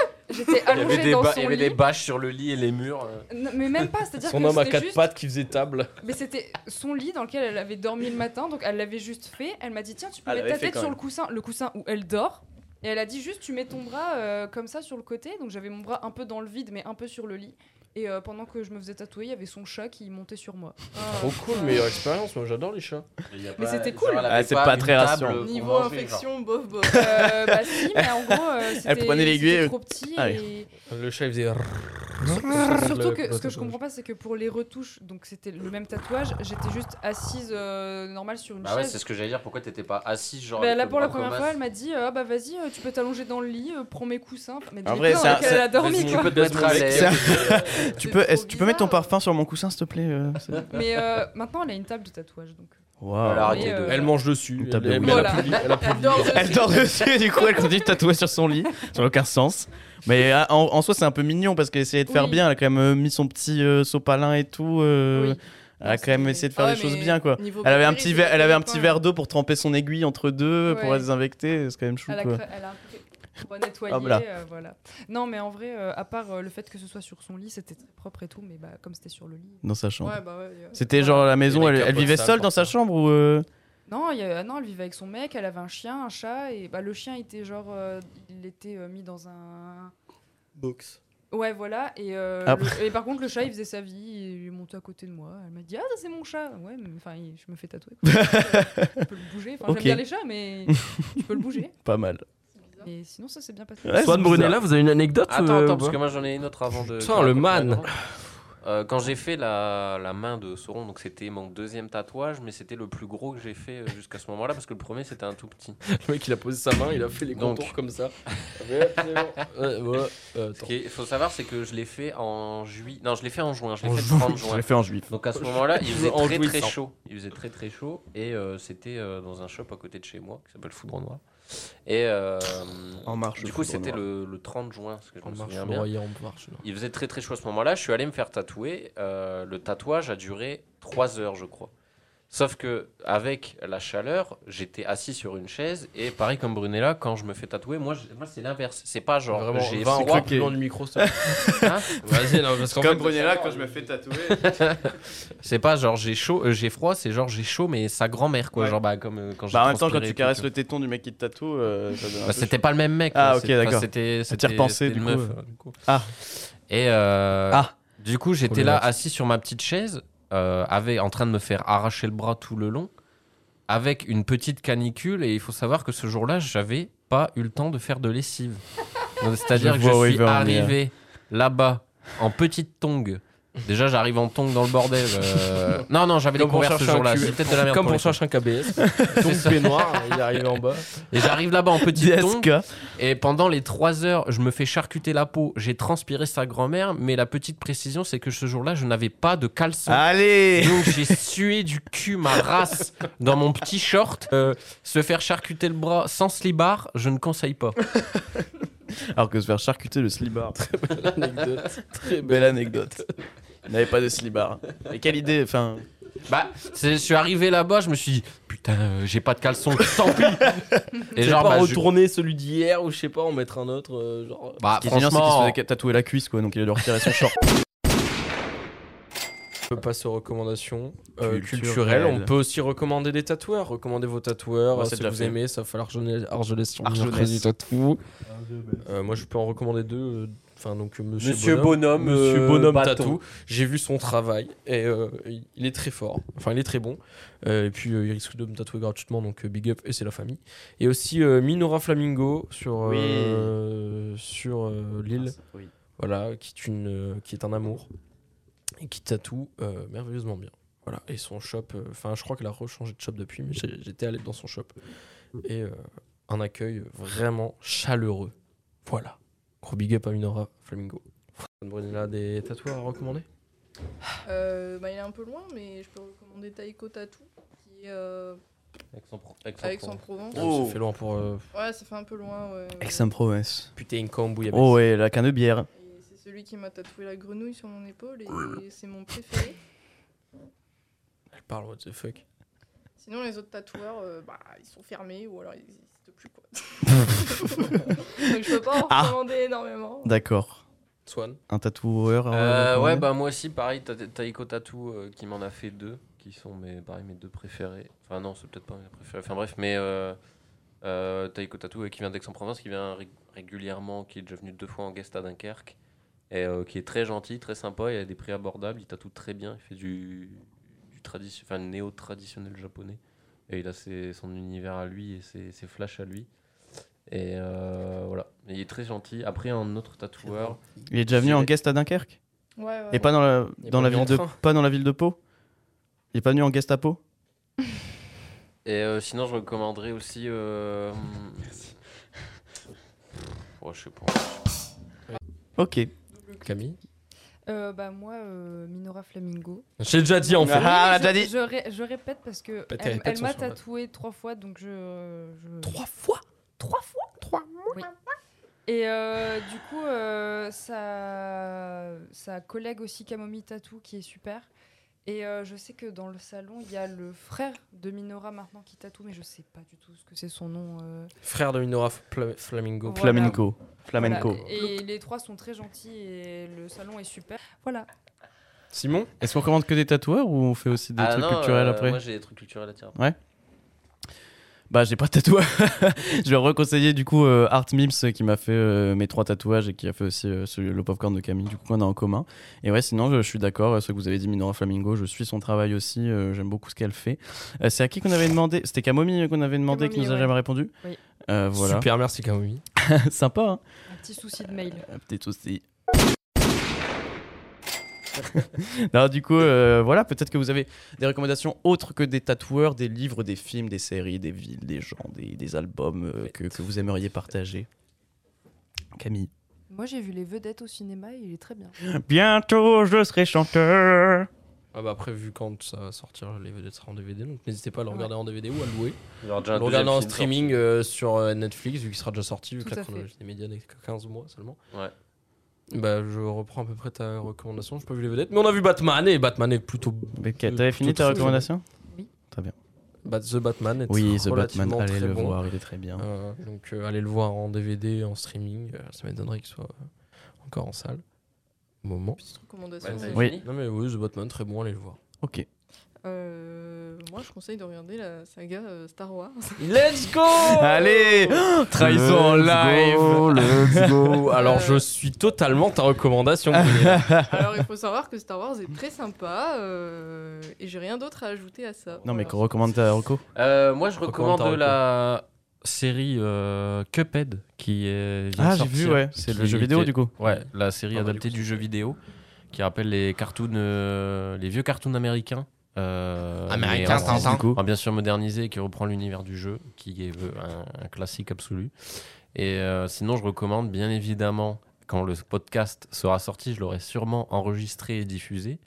S6: J'étais
S1: Il y avait,
S6: allongée
S1: des,
S6: dans
S1: ba-
S6: son
S1: il y avait des
S6: lit.
S1: bâches sur le lit et les murs. euh.
S6: Non, mais même pas. C'est-à-dire
S3: Son
S6: que
S3: homme à
S6: c'était
S3: quatre
S6: juste-
S3: pattes qui faisait table.
S6: Mais c'était son lit dans lequel elle avait dormi le matin, donc elle l'avait juste fait. Elle m'a dit Tiens, tu peux
S7: Elle
S6: mettre ta
S7: l'avait fait
S6: tête
S7: quand
S6: sur
S7: même.
S6: le coussin, le coussin où elle dort. Et elle a dit Juste, tu mets ton bras euh, comme ça sur le côté. Donc j'avais mon bras un peu dans le vide, mais un peu sur le lit. Et euh, pendant que je me faisais tatouer, il y avait son chat qui montait sur moi.
S3: Trop cool, meilleure expérience. Moi, j'adore les chats.
S6: Mais c'était cool.
S1: elle
S7: Ah,
S1: avait
S7: c'est pas
S1: une
S7: très
S1: table
S7: rassurant.
S1: pour
S5: Niveau
S1: Euh, manger,
S5: infection, bof, bof.
S6: Euh, bah si, mais en gros, euh, c'était
S7: prenait l'aiguille,
S6: c'était
S7: euh,
S6: trop petit.
S7: ah
S6: et-
S3: Le chat, il faisait.
S6: Surtout que ce que je comprends pas, c'est que pour les retouches, donc c'était le même tatouage, j'étais juste assise euh, normale sur une
S1: Bah ouais,
S6: chaise.
S1: c'est ce que j'allais dire. Pourquoi t'étais pas assis genre
S6: Bah,
S1: avec
S6: là
S1: le
S6: pour la
S1: bras
S6: première
S1: comme
S6: fois,
S1: as-
S6: elle m'a dit euh, bah vas-y, euh, tu peux t'allonger dans le lit, euh, prends mes coussins. Enfin, Mais
S7: En
S6: des
S7: vrai,
S6: coussins
S7: c'est
S6: dans
S7: un-
S6: lesquels
S7: c'est-
S6: elle a dormi
S1: Vas-y,
S6: quoi.
S1: tu peux te mettre à l'aise.
S7: Tu
S5: C'est
S7: peux,
S5: trop
S7: est-ce- tu peux mettre ton
S5: bizarre.
S7: parfum sur mon coussin, s'il te plaît euh, c'est-
S6: Mais euh, maintenant elle a une table de tatouage donc.
S7: Waouh.
S1: Alors,
S6: Mais, euh,
S3: Elle mange dessus.
S7: Une
S3: Elle,
S7: table de
S3: elle,
S7: rouleau.
S3: elle a plus de- elle a plus de-
S5: Elle dort dessus.
S7: Elle dort dessus, du coup, elle continue de tatouer sur son lit. Ça n'a aucun sens. Mais euh, en, en soi, c'est un peu mignon parce qu'elle essayait de faire
S6: Oui.
S7: bien. Elle a quand même euh, mis son petit euh, sopalin et tout. euh,
S6: Oui.
S7: Elle a quand même essayé de faire
S5: Ah
S7: les
S5: ouais,
S7: choses
S5: mais
S7: bien, quoi.
S5: niveau
S7: Elle avait un
S5: bactéries, c'est
S7: petit verre, elle avait un petit
S5: copain.
S7: verre d'eau pour tremper son aiguille entre deux pour
S6: Ouais.
S7: la désinfecter. C'est quand même chou,
S6: Elle a,
S7: quoi.
S6: cra- elle a un peu renettoyé,
S7: Hop là.
S6: euh, voilà. Non mais en vrai, euh, à part euh, le fait que ce soit sur son lit, c'était très propre et tout, mais bah comme c'était sur le lit.
S7: Dans sa chambre.
S5: Ouais, bah ouais. ouais.
S7: C'était genre la maison,
S3: Il y a
S7: elle,
S3: des
S7: elle vivait
S3: capotes
S7: seule
S3: sales
S7: dans sa
S3: parfois.
S7: chambre ou. euh,
S6: Non, il y a- non, elle vivait avec son mec, elle avait un chien, un chat, et bah le chien était genre, euh, il était euh, mis dans un
S3: Box.
S6: Ouais, voilà. Et, euh,
S7: Ah.
S6: le- et par contre, le chat, il faisait sa vie. et Il est monté à côté de moi. Elle m'a dit Ah, ça, c'est mon chat. Ouais, mais enfin, il- je me fais tatouer. quoi. je peux le bouger. Enfin,
S7: Ok.
S6: j'aime bien les chats, mais tu peux le bouger.
S7: Pas mal.
S6: Et sinon, ça s'est bien passé.
S7: Ouais, c'est bizarre.
S9: vous avez une anecdote euh,
S1: Attends, attends, parce que moi j'en ai une autre avant de.
S3: Putain,
S1: que
S3: le
S1: raconte
S3: man.
S1: la grande. Euh, quand j'ai fait la, la main de Sauron, donc c'était mon deuxième tatouage, mais c'était le plus gros que j'ai fait euh, jusqu'à ce moment-là parce que le premier c'était un tout petit.
S3: Le mec, il a posé sa main, il a fait les
S1: Donc.
S3: contours comme ça. Ouais, absolument. Ouais, ouais. Euh,
S1: Ce
S3: attends.
S1: qu'il faut savoir, c'est que je l'ai fait en juillet. Non, je l'ai fait en juin. Je l'ai
S7: En
S1: fait
S7: juin.
S1: le 30
S7: Je
S1: juin.
S7: l'ai fait en juif.
S1: Donc à ce moment-là, il faisait
S3: En
S1: très
S3: jouissant.
S1: très chaud. Il faisait très très chaud et euh, c'était euh, dans un shop à côté de chez moi qui s'appelle Foudre Noir. Et euh,
S7: En marche,
S1: Du coup,
S7: Foudre
S1: c'était
S7: Noir.
S1: le, le 30 juin, parce que je
S3: On
S1: me
S3: marche,
S1: souviens
S3: le
S1: bien.
S3: royer, on marche. là.
S1: Il faisait très très chaud à ce moment-là. Je suis allé me faire tatouer. Euh, le tatouage a duré 3 heures, je crois. Sauf que avec la chaleur, j'étais assis sur une chaise et pareil comme Brunella, quand je me fais tatouer, moi, je- moi c'est l'inverse. C'est pas genre
S3: Vraiment,
S1: j'ai
S3: 20
S1: froid,
S3: rois plus loin du micro, s'il te plaît.
S1: hein.
S3: Vas-y, non, parce qu'en fait,
S2: Brunella, quand je me fais tatouer.
S7: Bah,
S1: c'est pas genre j'ai chaud, euh, j'ai froid, c'est genre j'ai chaud mais sa grand-mère quoi,
S7: Ouais.
S1: genre bah comme euh, quand j'ai
S7: Bah, en même temps, quand
S1: transpiré et
S7: tu
S1: tout,
S7: caresses
S1: tu
S7: le téton du mec qui te tatoue, euh, ça donne un
S1: Bah,
S7: peu
S1: c'était
S7: chaud.
S1: pas le même mec.
S7: Ah,
S1: quoi.
S7: ok,
S1: C'est- enfin,
S7: d'accord.
S1: C'était
S7: Ça t'y repensait,
S1: c'était
S7: du
S1: une meuf.
S7: coup, euh.
S1: euh, du coup.
S7: Ah.
S1: Et euh,
S7: Ah.
S1: du coup, j'étais là assis sur ma petite chaise, euh, avec, en train de me faire arracher le bras tout le long, avec une petite canicule. Et il faut savoir que ce jour-là, j'avais pas eu le temps de faire de lessive. Donc, C'est-à-dire
S7: Je
S1: que
S7: vois où
S1: je
S7: il
S1: suis
S7: veut en venir.
S1: arrivé là-bas en petite tongue. Déjà, j'arrive en tongue dans le bordel. euh, Non, non, j'avais des
S3: Comme pour
S1: converses ce
S3: chercher un
S1: jour-là.
S3: cul.
S1: C'est peut-être de la merde.
S3: Comme
S1: pour
S3: pour
S1: les
S3: chercher un KBS.
S1: femmes.
S3: Ton peignoir, il est arrivé en bas.
S1: Et j'arrive là-bas en petite tongue.
S7: DSK.
S1: Et pendant les 3 heures, je me fais charcuter la peau, j'ai transpiré sa grand-mère, mais la petite précision, c'est que ce jour-là, je n'avais pas de caleçon.
S7: Allez
S1: Donc j'ai sué du cul ma race dans mon petit short. Euh, se faire charcuter le bras sans slibard, je ne conseille pas.
S7: Alors que se faire charcuter le slibard.
S3: Anecdote. Très
S7: Belle anecdote. Il n'avait pas de slibard. Mais quelle idée, enfin.
S1: Bah, c'est- je suis arrivé là-bas, je me suis dit, putain, euh, j'ai pas de caleçon, tant pis. Et
S3: Et
S1: genre,
S3: pas
S1: bah, je-
S3: retourner celui d'hier ou je sais pas, en mettre un autre. euh, genre...
S1: bah,
S7: Ce qui est génial, c'est qu'il se
S1: franchement,
S7: faisait tatouer la cuisse, quoi, donc il a dû retirer son short.
S3: On peut passer aux recommandations euh,
S7: Culturelles.
S3: culturelles. On peut aussi recommander des tatoueurs. Recommandez vos tatoueurs.
S7: Ouais,
S3: euh,
S7: c'est
S3: si
S7: déjà
S3: vous
S7: fait.
S3: aimez, ça fait l'Argelès Argelès sur
S7: Argelès.
S3: mercredi tatou. Euh, moi, je peux en recommander deux. euh, Enfin, donc euh, Monsieur,
S1: Monsieur Bonhomme,
S3: Monsieur
S1: euh,
S3: Bonhomme
S1: Bâton.
S3: Tatou. J'ai vu son travail et euh, il est très fort. Enfin, il est très bon. Euh, et puis, euh, il risque de me tatouer gratuitement, donc euh, big up et c'est la famille. Et aussi euh, Minora Flamingo sur
S7: Oui.
S3: euh, sur euh, l'île
S7: Oui.
S3: voilà, qui est, une, euh, qui est un amour et qui tatoue euh, merveilleusement bien. Voilà, et son shop, euh, enfin, je crois qu'elle a rechangé de shop depuis, mais j'ai- j'étais allé dans son shop. Et euh, un accueil vraiment chaleureux. Voilà. Gros big up à Minora Flamingo. Brunella, des tatoueurs à recommander
S5: Euh, bah, il est un peu loin, mais je peux recommander Taiko Tattoo, qui est euh, à Aix-en-Provence.
S7: Oh.
S3: Ça fait loin pour. euh,
S5: Ouais, ça fait un peu loin. Ouais, ouais.
S7: Aix-en-Provence.
S3: putain, une cambouille à
S7: Oh, ouais, la canne de bière.
S5: Et c'est celui qui m'a tatoué la grenouille sur mon épaule et c'est mon préféré.
S3: Elle parle, what the fuck.
S5: Sinon, les autres tatoueurs, euh, bah, ils sont fermés ou alors ils n'existent plus. Quoi. Donc, je peux pas en
S7: Ah.
S5: recommander énormément.
S7: D'accord.
S3: Swan.
S7: Un tatoueur. à
S1: Euh, ouais,
S7: recommander
S1: bah moi aussi, pareil, Ta- Taiko Tattoo euh, qui m'en a fait deux, qui sont mes, pareil, mes deux préférés. Enfin, non, c'est peut-être pas mes préférés. Enfin, bref, mais euh, euh, Taiko Tattoo euh, qui vient d'Aix-en-Provence, qui vient ré- régulièrement, qui est déjà venu deux fois en guest à Dunkerque, et euh, qui est très gentil, très sympa, il a des prix abordables, il tatoue très bien, il fait du, du tradition- enfin, néo-traditionnel japonais. Et il a ses- son univers à lui et ses, ses flashs à lui. Et euh, voilà. Et il est très gentil. Après, un autre tatoueur.
S7: Il est déjà venu
S1: c'est-
S7: en guest à Dunkerque
S5: Ouais, ouais.
S7: Et pas dans la,
S3: Il est
S7: dans
S3: pas
S7: la
S3: venu
S7: ville
S3: en
S7: de
S3: train.
S7: pas dans la ville de Pau Il est pas venu en guest à Pau
S1: Et euh, sinon, je recommanderais aussi. euh, Oh, je sais pas.
S7: Ok.
S3: Camille.
S6: Euh, bah moi, euh, Minora Flamingo.
S3: J'ai déjà dit en fait.
S6: Oui,
S7: Ah, elle a
S6: je-
S7: déjà dit.
S6: Je, ré- je répète parce que
S3: Bah, t'es
S6: elle,
S3: répète
S6: elle
S3: son
S6: m'a
S3: format.
S6: tatoué trois fois, donc je. je-
S3: Trois fois Trois fois Trois
S6: Et euh, du coup, euh, sa, sa collègue aussi, Kamomi Tatou, qui est super. Et euh, je sais que dans le salon, il y a le frère de Minora maintenant qui tatoue, mais je sais pas du tout ce que c'est son nom. euh.
S3: Frère de Minora Fla- Flamingo.
S6: Voilà.
S7: Flamenco. Flamenco.
S6: Voilà. Et les trois sont très gentils et le salon est super. Voilà.
S3: Simon
S7: Est-ce qu'on recommande que des tatoueurs ou on fait aussi des trucs culturels après
S1: Ah euh, Moi, j'ai des trucs culturels à tirer.
S7: Bah j'ai pas de tatouage. je vais reconseiller du coup euh, Art Mims euh, qui m'a fait euh, mes trois tatouages et qui a fait aussi euh, celui- le popcorn de Camille. Du coup on a en commun. Et ouais sinon je, je suis d'accord. euh, Ce que vous avez dit Minora Flamingo, je suis son travail aussi. euh, J'aime beaucoup ce qu'elle fait. Euh, C'est à qui qu'on avait demandé C'était Kamomi euh, qu'on avait demandé qui
S6: Kamomi,
S7: nous a
S6: ouais.
S7: jamais répondu.
S6: Oui.
S7: Euh, voilà.
S3: Super, merci Camille.
S7: Sympa. Hein
S6: Un petit souci de mail.
S3: Euh.
S7: Un petit aussi. non, du coup, euh, voilà, peut-être que vous avez des recommandations autres que des tatoueurs, des livres, des films, des séries, des villes, des gens, des, des albums euh, que, que vous aimeriez partager. Camille.
S6: Moi, j'ai vu Les Vedettes au cinéma et il est très bien.
S7: Bientôt, je serai chanteur.
S3: Ah bah après, vu quand ça va sortir, les vedettes sera en DVD, donc n'hésitez pas à le regarder en DVD ou à le louer.
S7: Ah,
S1: Regardez
S3: Le regarder en streaming euh, sur euh, Netflix, vu qu'il sera déjà sorti, vu
S6: Tout
S3: que la
S6: à fait.
S3: chronologie des médias n'est que 15 mois seulement.
S1: Ouais.
S3: Bah, je reprends à peu près ta recommandation. Je peux pas vu les vedettes, mais on a vu Batman et Batman est plutôt.
S7: Mais t'avais fini ta
S3: Tout-
S7: recommandation
S6: Oui.
S7: Très bien.
S3: Bat- The Batman est
S7: Oui, The Batman,
S3: relativement
S7: allez
S3: très
S7: le
S3: bon.
S7: voir, il est très bien.
S3: Euh, donc euh, allez le voir en DVD, en streaming. euh, ça m'étonnerait qu'il soit euh, encore en salle. Moment.
S5: Petite recommandation.
S1: Bah, t'as
S7: Oui.
S1: fini
S3: Non mais oui, The Batman, très bon, allez le voir.
S7: Ok.
S5: Euh, moi, je conseille de regarder la saga euh, Star Wars.
S3: Let's go
S7: Allez Trahison en live
S3: Let's go Alors
S5: Euh.
S3: je suis totalement ta recommandation. Guylaine.
S5: Alors, il faut savoir que Star Wars est très sympa euh, et j'ai rien d'autre à ajouter à ça.
S7: Non, mais
S5: Voilà.
S7: qu'on recommande ta reco
S1: Euh, moi, je recommande
S3: Recommande ta
S1: la série euh, Cuphead qui est. vient de
S7: Ah, j'ai
S1: sortir,
S7: vu, ouais. C'est le
S1: qui-
S7: jeu vidéo,
S1: qui est-
S7: du coup.
S1: Ouais, la série
S3: Ah bah,
S1: adaptée
S3: du coup,
S1: du
S3: c'est-
S1: jeu vidéo qui rappelle les cartoons, euh, les vieux cartoons américains. euh,
S3: Américains,
S1: mais en-
S3: t'entends
S7: Du coup.
S1: Enfin, bien sûr modernisé, qui reprend l'univers du jeu, qui est euh, un, un classique absolu. Et euh, sinon, je recommande bien évidemment, quand le podcast sera sorti, je l'aurai sûrement enregistré et diffusé.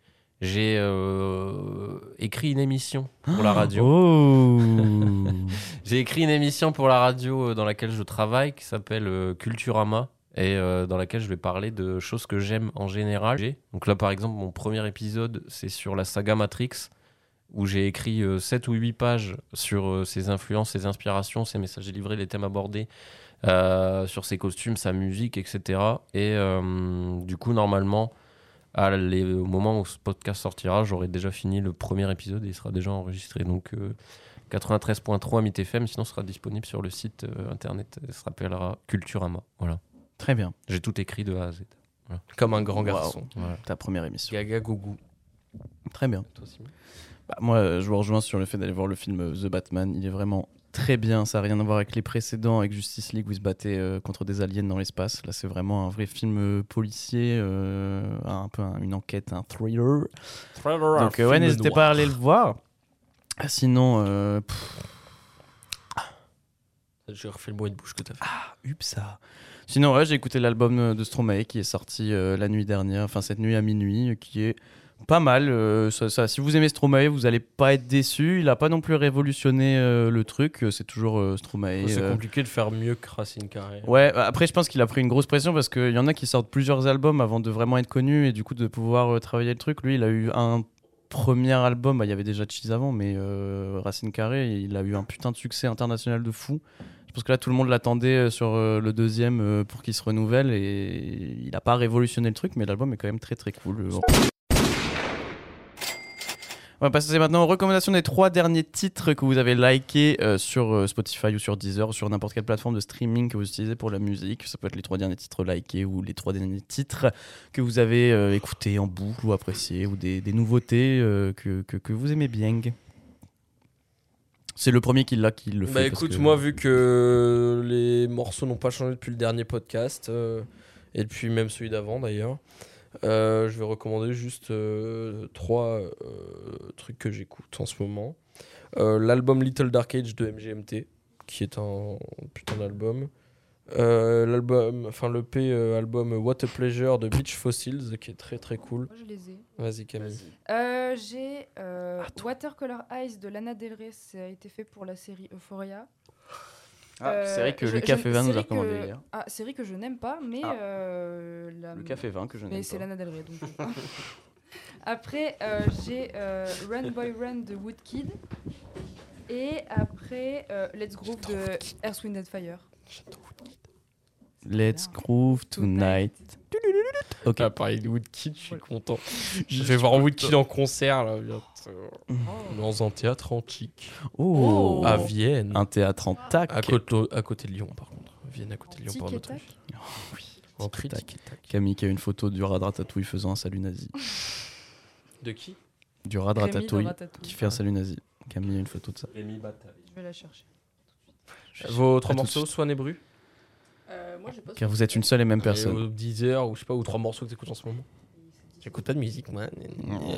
S1: J'ai euh, écrit une émission pour la radio.
S7: Oh
S1: J'ai écrit une émission pour la radio euh, dans laquelle je travaille qui s'appelle euh, Culturama et euh, dans laquelle je vais parler de choses que j'aime en général. J'ai- Donc là, par exemple, mon premier épisode, c'est sur la saga Matrix où j'ai écrit 7 ou 8 pages sur euh, ses influences, ses inspirations, ses messages délivrés, les thèmes abordés, euh, sur ses costumes, sa musique, etc. Et euh, du coup, normalement, à les- au moment où ce podcast sortira, j'aurai déjà fini le premier épisode et il sera déjà enregistré. Donc euh, 93.3 à MITFM, sinon ce sera disponible sur le site euh, internet. Ça s'appellera Culturama. Voilà.
S7: Très bien.
S1: J'ai tout écrit de A à Z.
S3: Comme un grand
S7: Wow.
S3: garçon.
S7: Ta première émission.
S3: Gaga Gougou.
S7: Très bien. Bah, moi, euh, je vous rejoins sur le fait d'aller voir le film euh, The Batman. Il est vraiment très bien. Ça n'a rien à voir avec les précédents, avec Justice League où il se battait euh, contre des aliens dans l'espace. Là, c'est vraiment un vrai film euh, policier, euh, un peu un- une enquête, un thriller. Donc, euh, ouais, n'hésitez pas à aller le voir. Ah, Sinon, euh,
S3: J'ai refait le bruit de bouche que t'as fait.
S7: Upsa. Sinon, ouais, j'ai écouté l'album euh, de Stromae qui est sorti euh, la nuit dernière, enfin cette nuit à minuit, euh, qui est pas mal. euh, ça, ça- si vous aimez Stromae, vous allez pas être déçu. Il a pas non plus révolutionné euh, le truc. euh, C'est toujours euh, Stromae.
S3: C'est
S7: euh,
S3: compliqué de faire mieux que Racine Carré.
S7: Ouais, bah, après, je pense qu'il a pris une grosse pression parce qu'il y en a qui sortent plusieurs albums avant de vraiment être connus et du coup de pouvoir euh, travailler le truc. Lui, il a eu un premier album, bah, il y avait déjà Cheese avant, mais euh, Racine Carré, il a eu un putain de succès international de fou. Je pense que là, tout le monde l'attendait euh, sur euh, le deuxième euh, pour qu'il se renouvelle et il a pas révolutionné le truc, mais l'album est quand même très très cool. Euh, on va passer maintenant aux recommandations des trois derniers titres que vous avez likés euh, sur euh, Spotify ou sur Deezer ou sur n'importe quelle plateforme de streaming que vous utilisez pour la musique. Ça peut être les trois derniers titres likés ou les trois derniers titres que vous avez euh, écoutés en boucle ou appréciés ou des, des nouveautés euh, que, que, que vous aimez bien. C'est le premier qui l'a qui le fait.
S3: Bah
S7: parce
S3: écoute,
S7: que-
S3: moi vu que les morceaux n'ont pas changé depuis le dernier podcast, euh, et depuis même celui d'avant d'ailleurs, euh, je vais recommander juste euh, trois euh, trucs que j'écoute en ce moment. Euh, L'album Little Dark Age de MGMT, qui est un putain d'album. Euh, L'album, enfin le P euh, album What a Pleasure de Beach Fossils, qui est très très cool.
S6: Moi, je les ai.
S3: Vas-y Camille.
S6: Euh, J'ai euh, Watercolor Eyes de Lana Del Rey. Ça a été fait pour la série Euphoria.
S7: Ah,
S6: Euh,
S7: c'est vrai que
S6: je-
S7: Lucas
S6: je-
S7: Févin nous a
S6: série
S7: recommandé
S6: que-
S7: hier.
S6: Ah, série que je n'aime pas, mais.
S7: Ah.
S6: euh, la-
S7: Lucas Févin que je
S6: Mais
S7: n'aime
S6: c'est
S7: pas.
S6: Lana Del Rey, donc. bon. après, euh, j'ai euh, Run Boy Run de Woodkid. Et après, euh, Let's Groove de Earth, Wind and Fire.
S7: Let's groove tonight. Ok.
S3: Ah, pareil, de Woodkid, je suis
S6: Ouais.
S3: content. Oh. Je vais voir Woodkid en concert là, bientôt. dans un théâtre antique.
S7: Mmh. Oh.
S3: À Vienne.
S7: Un théâtre en tac.
S3: À, côté, à côté de Lyon, par contre. Vienne à côté de Lyon,
S6: Tic
S3: par
S6: et
S3: notre
S6: tac.
S3: En
S7: Tic et tac.
S3: tic et tac.
S7: Camille qui a une photo du rat de ratatouille faisant un salut nazi.
S3: De qui
S7: Du rat de
S6: Rémi de
S7: ratatouille
S6: Ratatouille.
S7: qui fait un salut nazi. Camille a une photo de ça.
S6: Je vais la chercher.
S3: Vos trois
S7: tout de
S3: morceaux,
S7: suite.
S3: Swan et Bru
S5: Euh, moi, j'ai pas
S7: Car
S5: ce-
S7: vous êtes une seule et même personne.
S3: Ou 10 heures, ou je sais pas, ou trois morceaux que t'écoutes en ce moment J'écoute pas de musique, moi.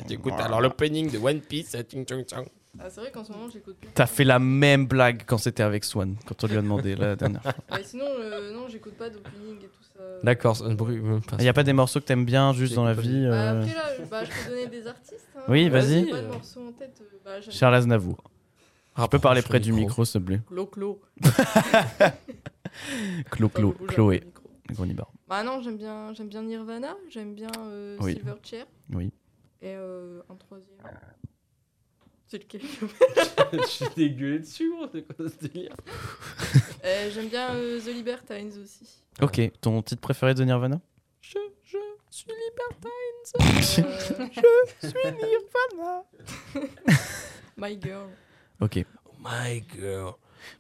S3: J'écoute alors l'opening de One Piece. euh, Ting Chong Chong.
S5: Ah, c'est vrai qu'en ce moment, j'écoute plus.
S7: T'as fait la même blague quand c'était avec Swan, quand on lui a demandé la dernière fois.
S5: Mais sinon, euh, non, j'écoute pas d'opening et tout ça.
S3: D'accord, Swan Bru. euh,
S7: Il n'y a pas des morceaux que t'aimes bien juste dans la vie
S5: Bah,
S7: euh,
S5: après, là, je- bah, je peux donner des artistes. hein.
S7: Oui, vas-y.
S5: J'ai pas de morceaux en tête. euh, Bah, j'aime
S7: Charles Aznavour. On peut
S3: Rapproche
S7: parler
S3: le
S7: près du micro, s'il te plaît.
S5: Clo-Clo.
S7: Clo,
S5: Enfin, je
S7: Clo,
S5: bouge un peu
S7: Chloé,
S5: le micro.
S7: Gronibar.
S5: Bah non, j'aime bien, j'aime bien Nirvana, j'aime bien euh,
S7: Oui.
S5: Silverchair
S7: Oui.
S5: et euh, un troisième. C'est lequel
S3: Ah. Je suis dégueulé dessus, gros. C'est quoi ce délire
S5: Euh, J'aime bien euh, The Libertines aussi.
S7: Ok, ton titre préféré de Nirvana
S3: Je, je suis
S5: Euh, My Girl.
S7: Ok.
S3: Oh My girl.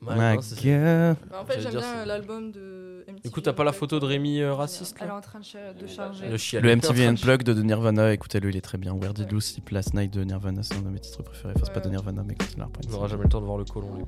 S7: My girl.
S5: Bah, en fait,
S3: J'allais
S5: j'aime
S3: dire,
S5: bien
S3: c'est-
S5: l'album de MTV.
S3: Du coup, t'as pas la photo de Rémi euh, raciste
S6: Elle est
S3: là
S6: en train de, cha- de
S1: Le
S6: charger.
S3: Le chien.
S7: Le MTV Unplugged de Nirvana, écoutez-le, il est très bien. Where Did Lucy Place Night de Nirvana, c'est un de mes titres préférés. Enfin, c'est pas de
S5: Ouais.
S7: Nirvana, mais écoutez-le. après.
S3: On aura jamais le temps de voir le colon, lui.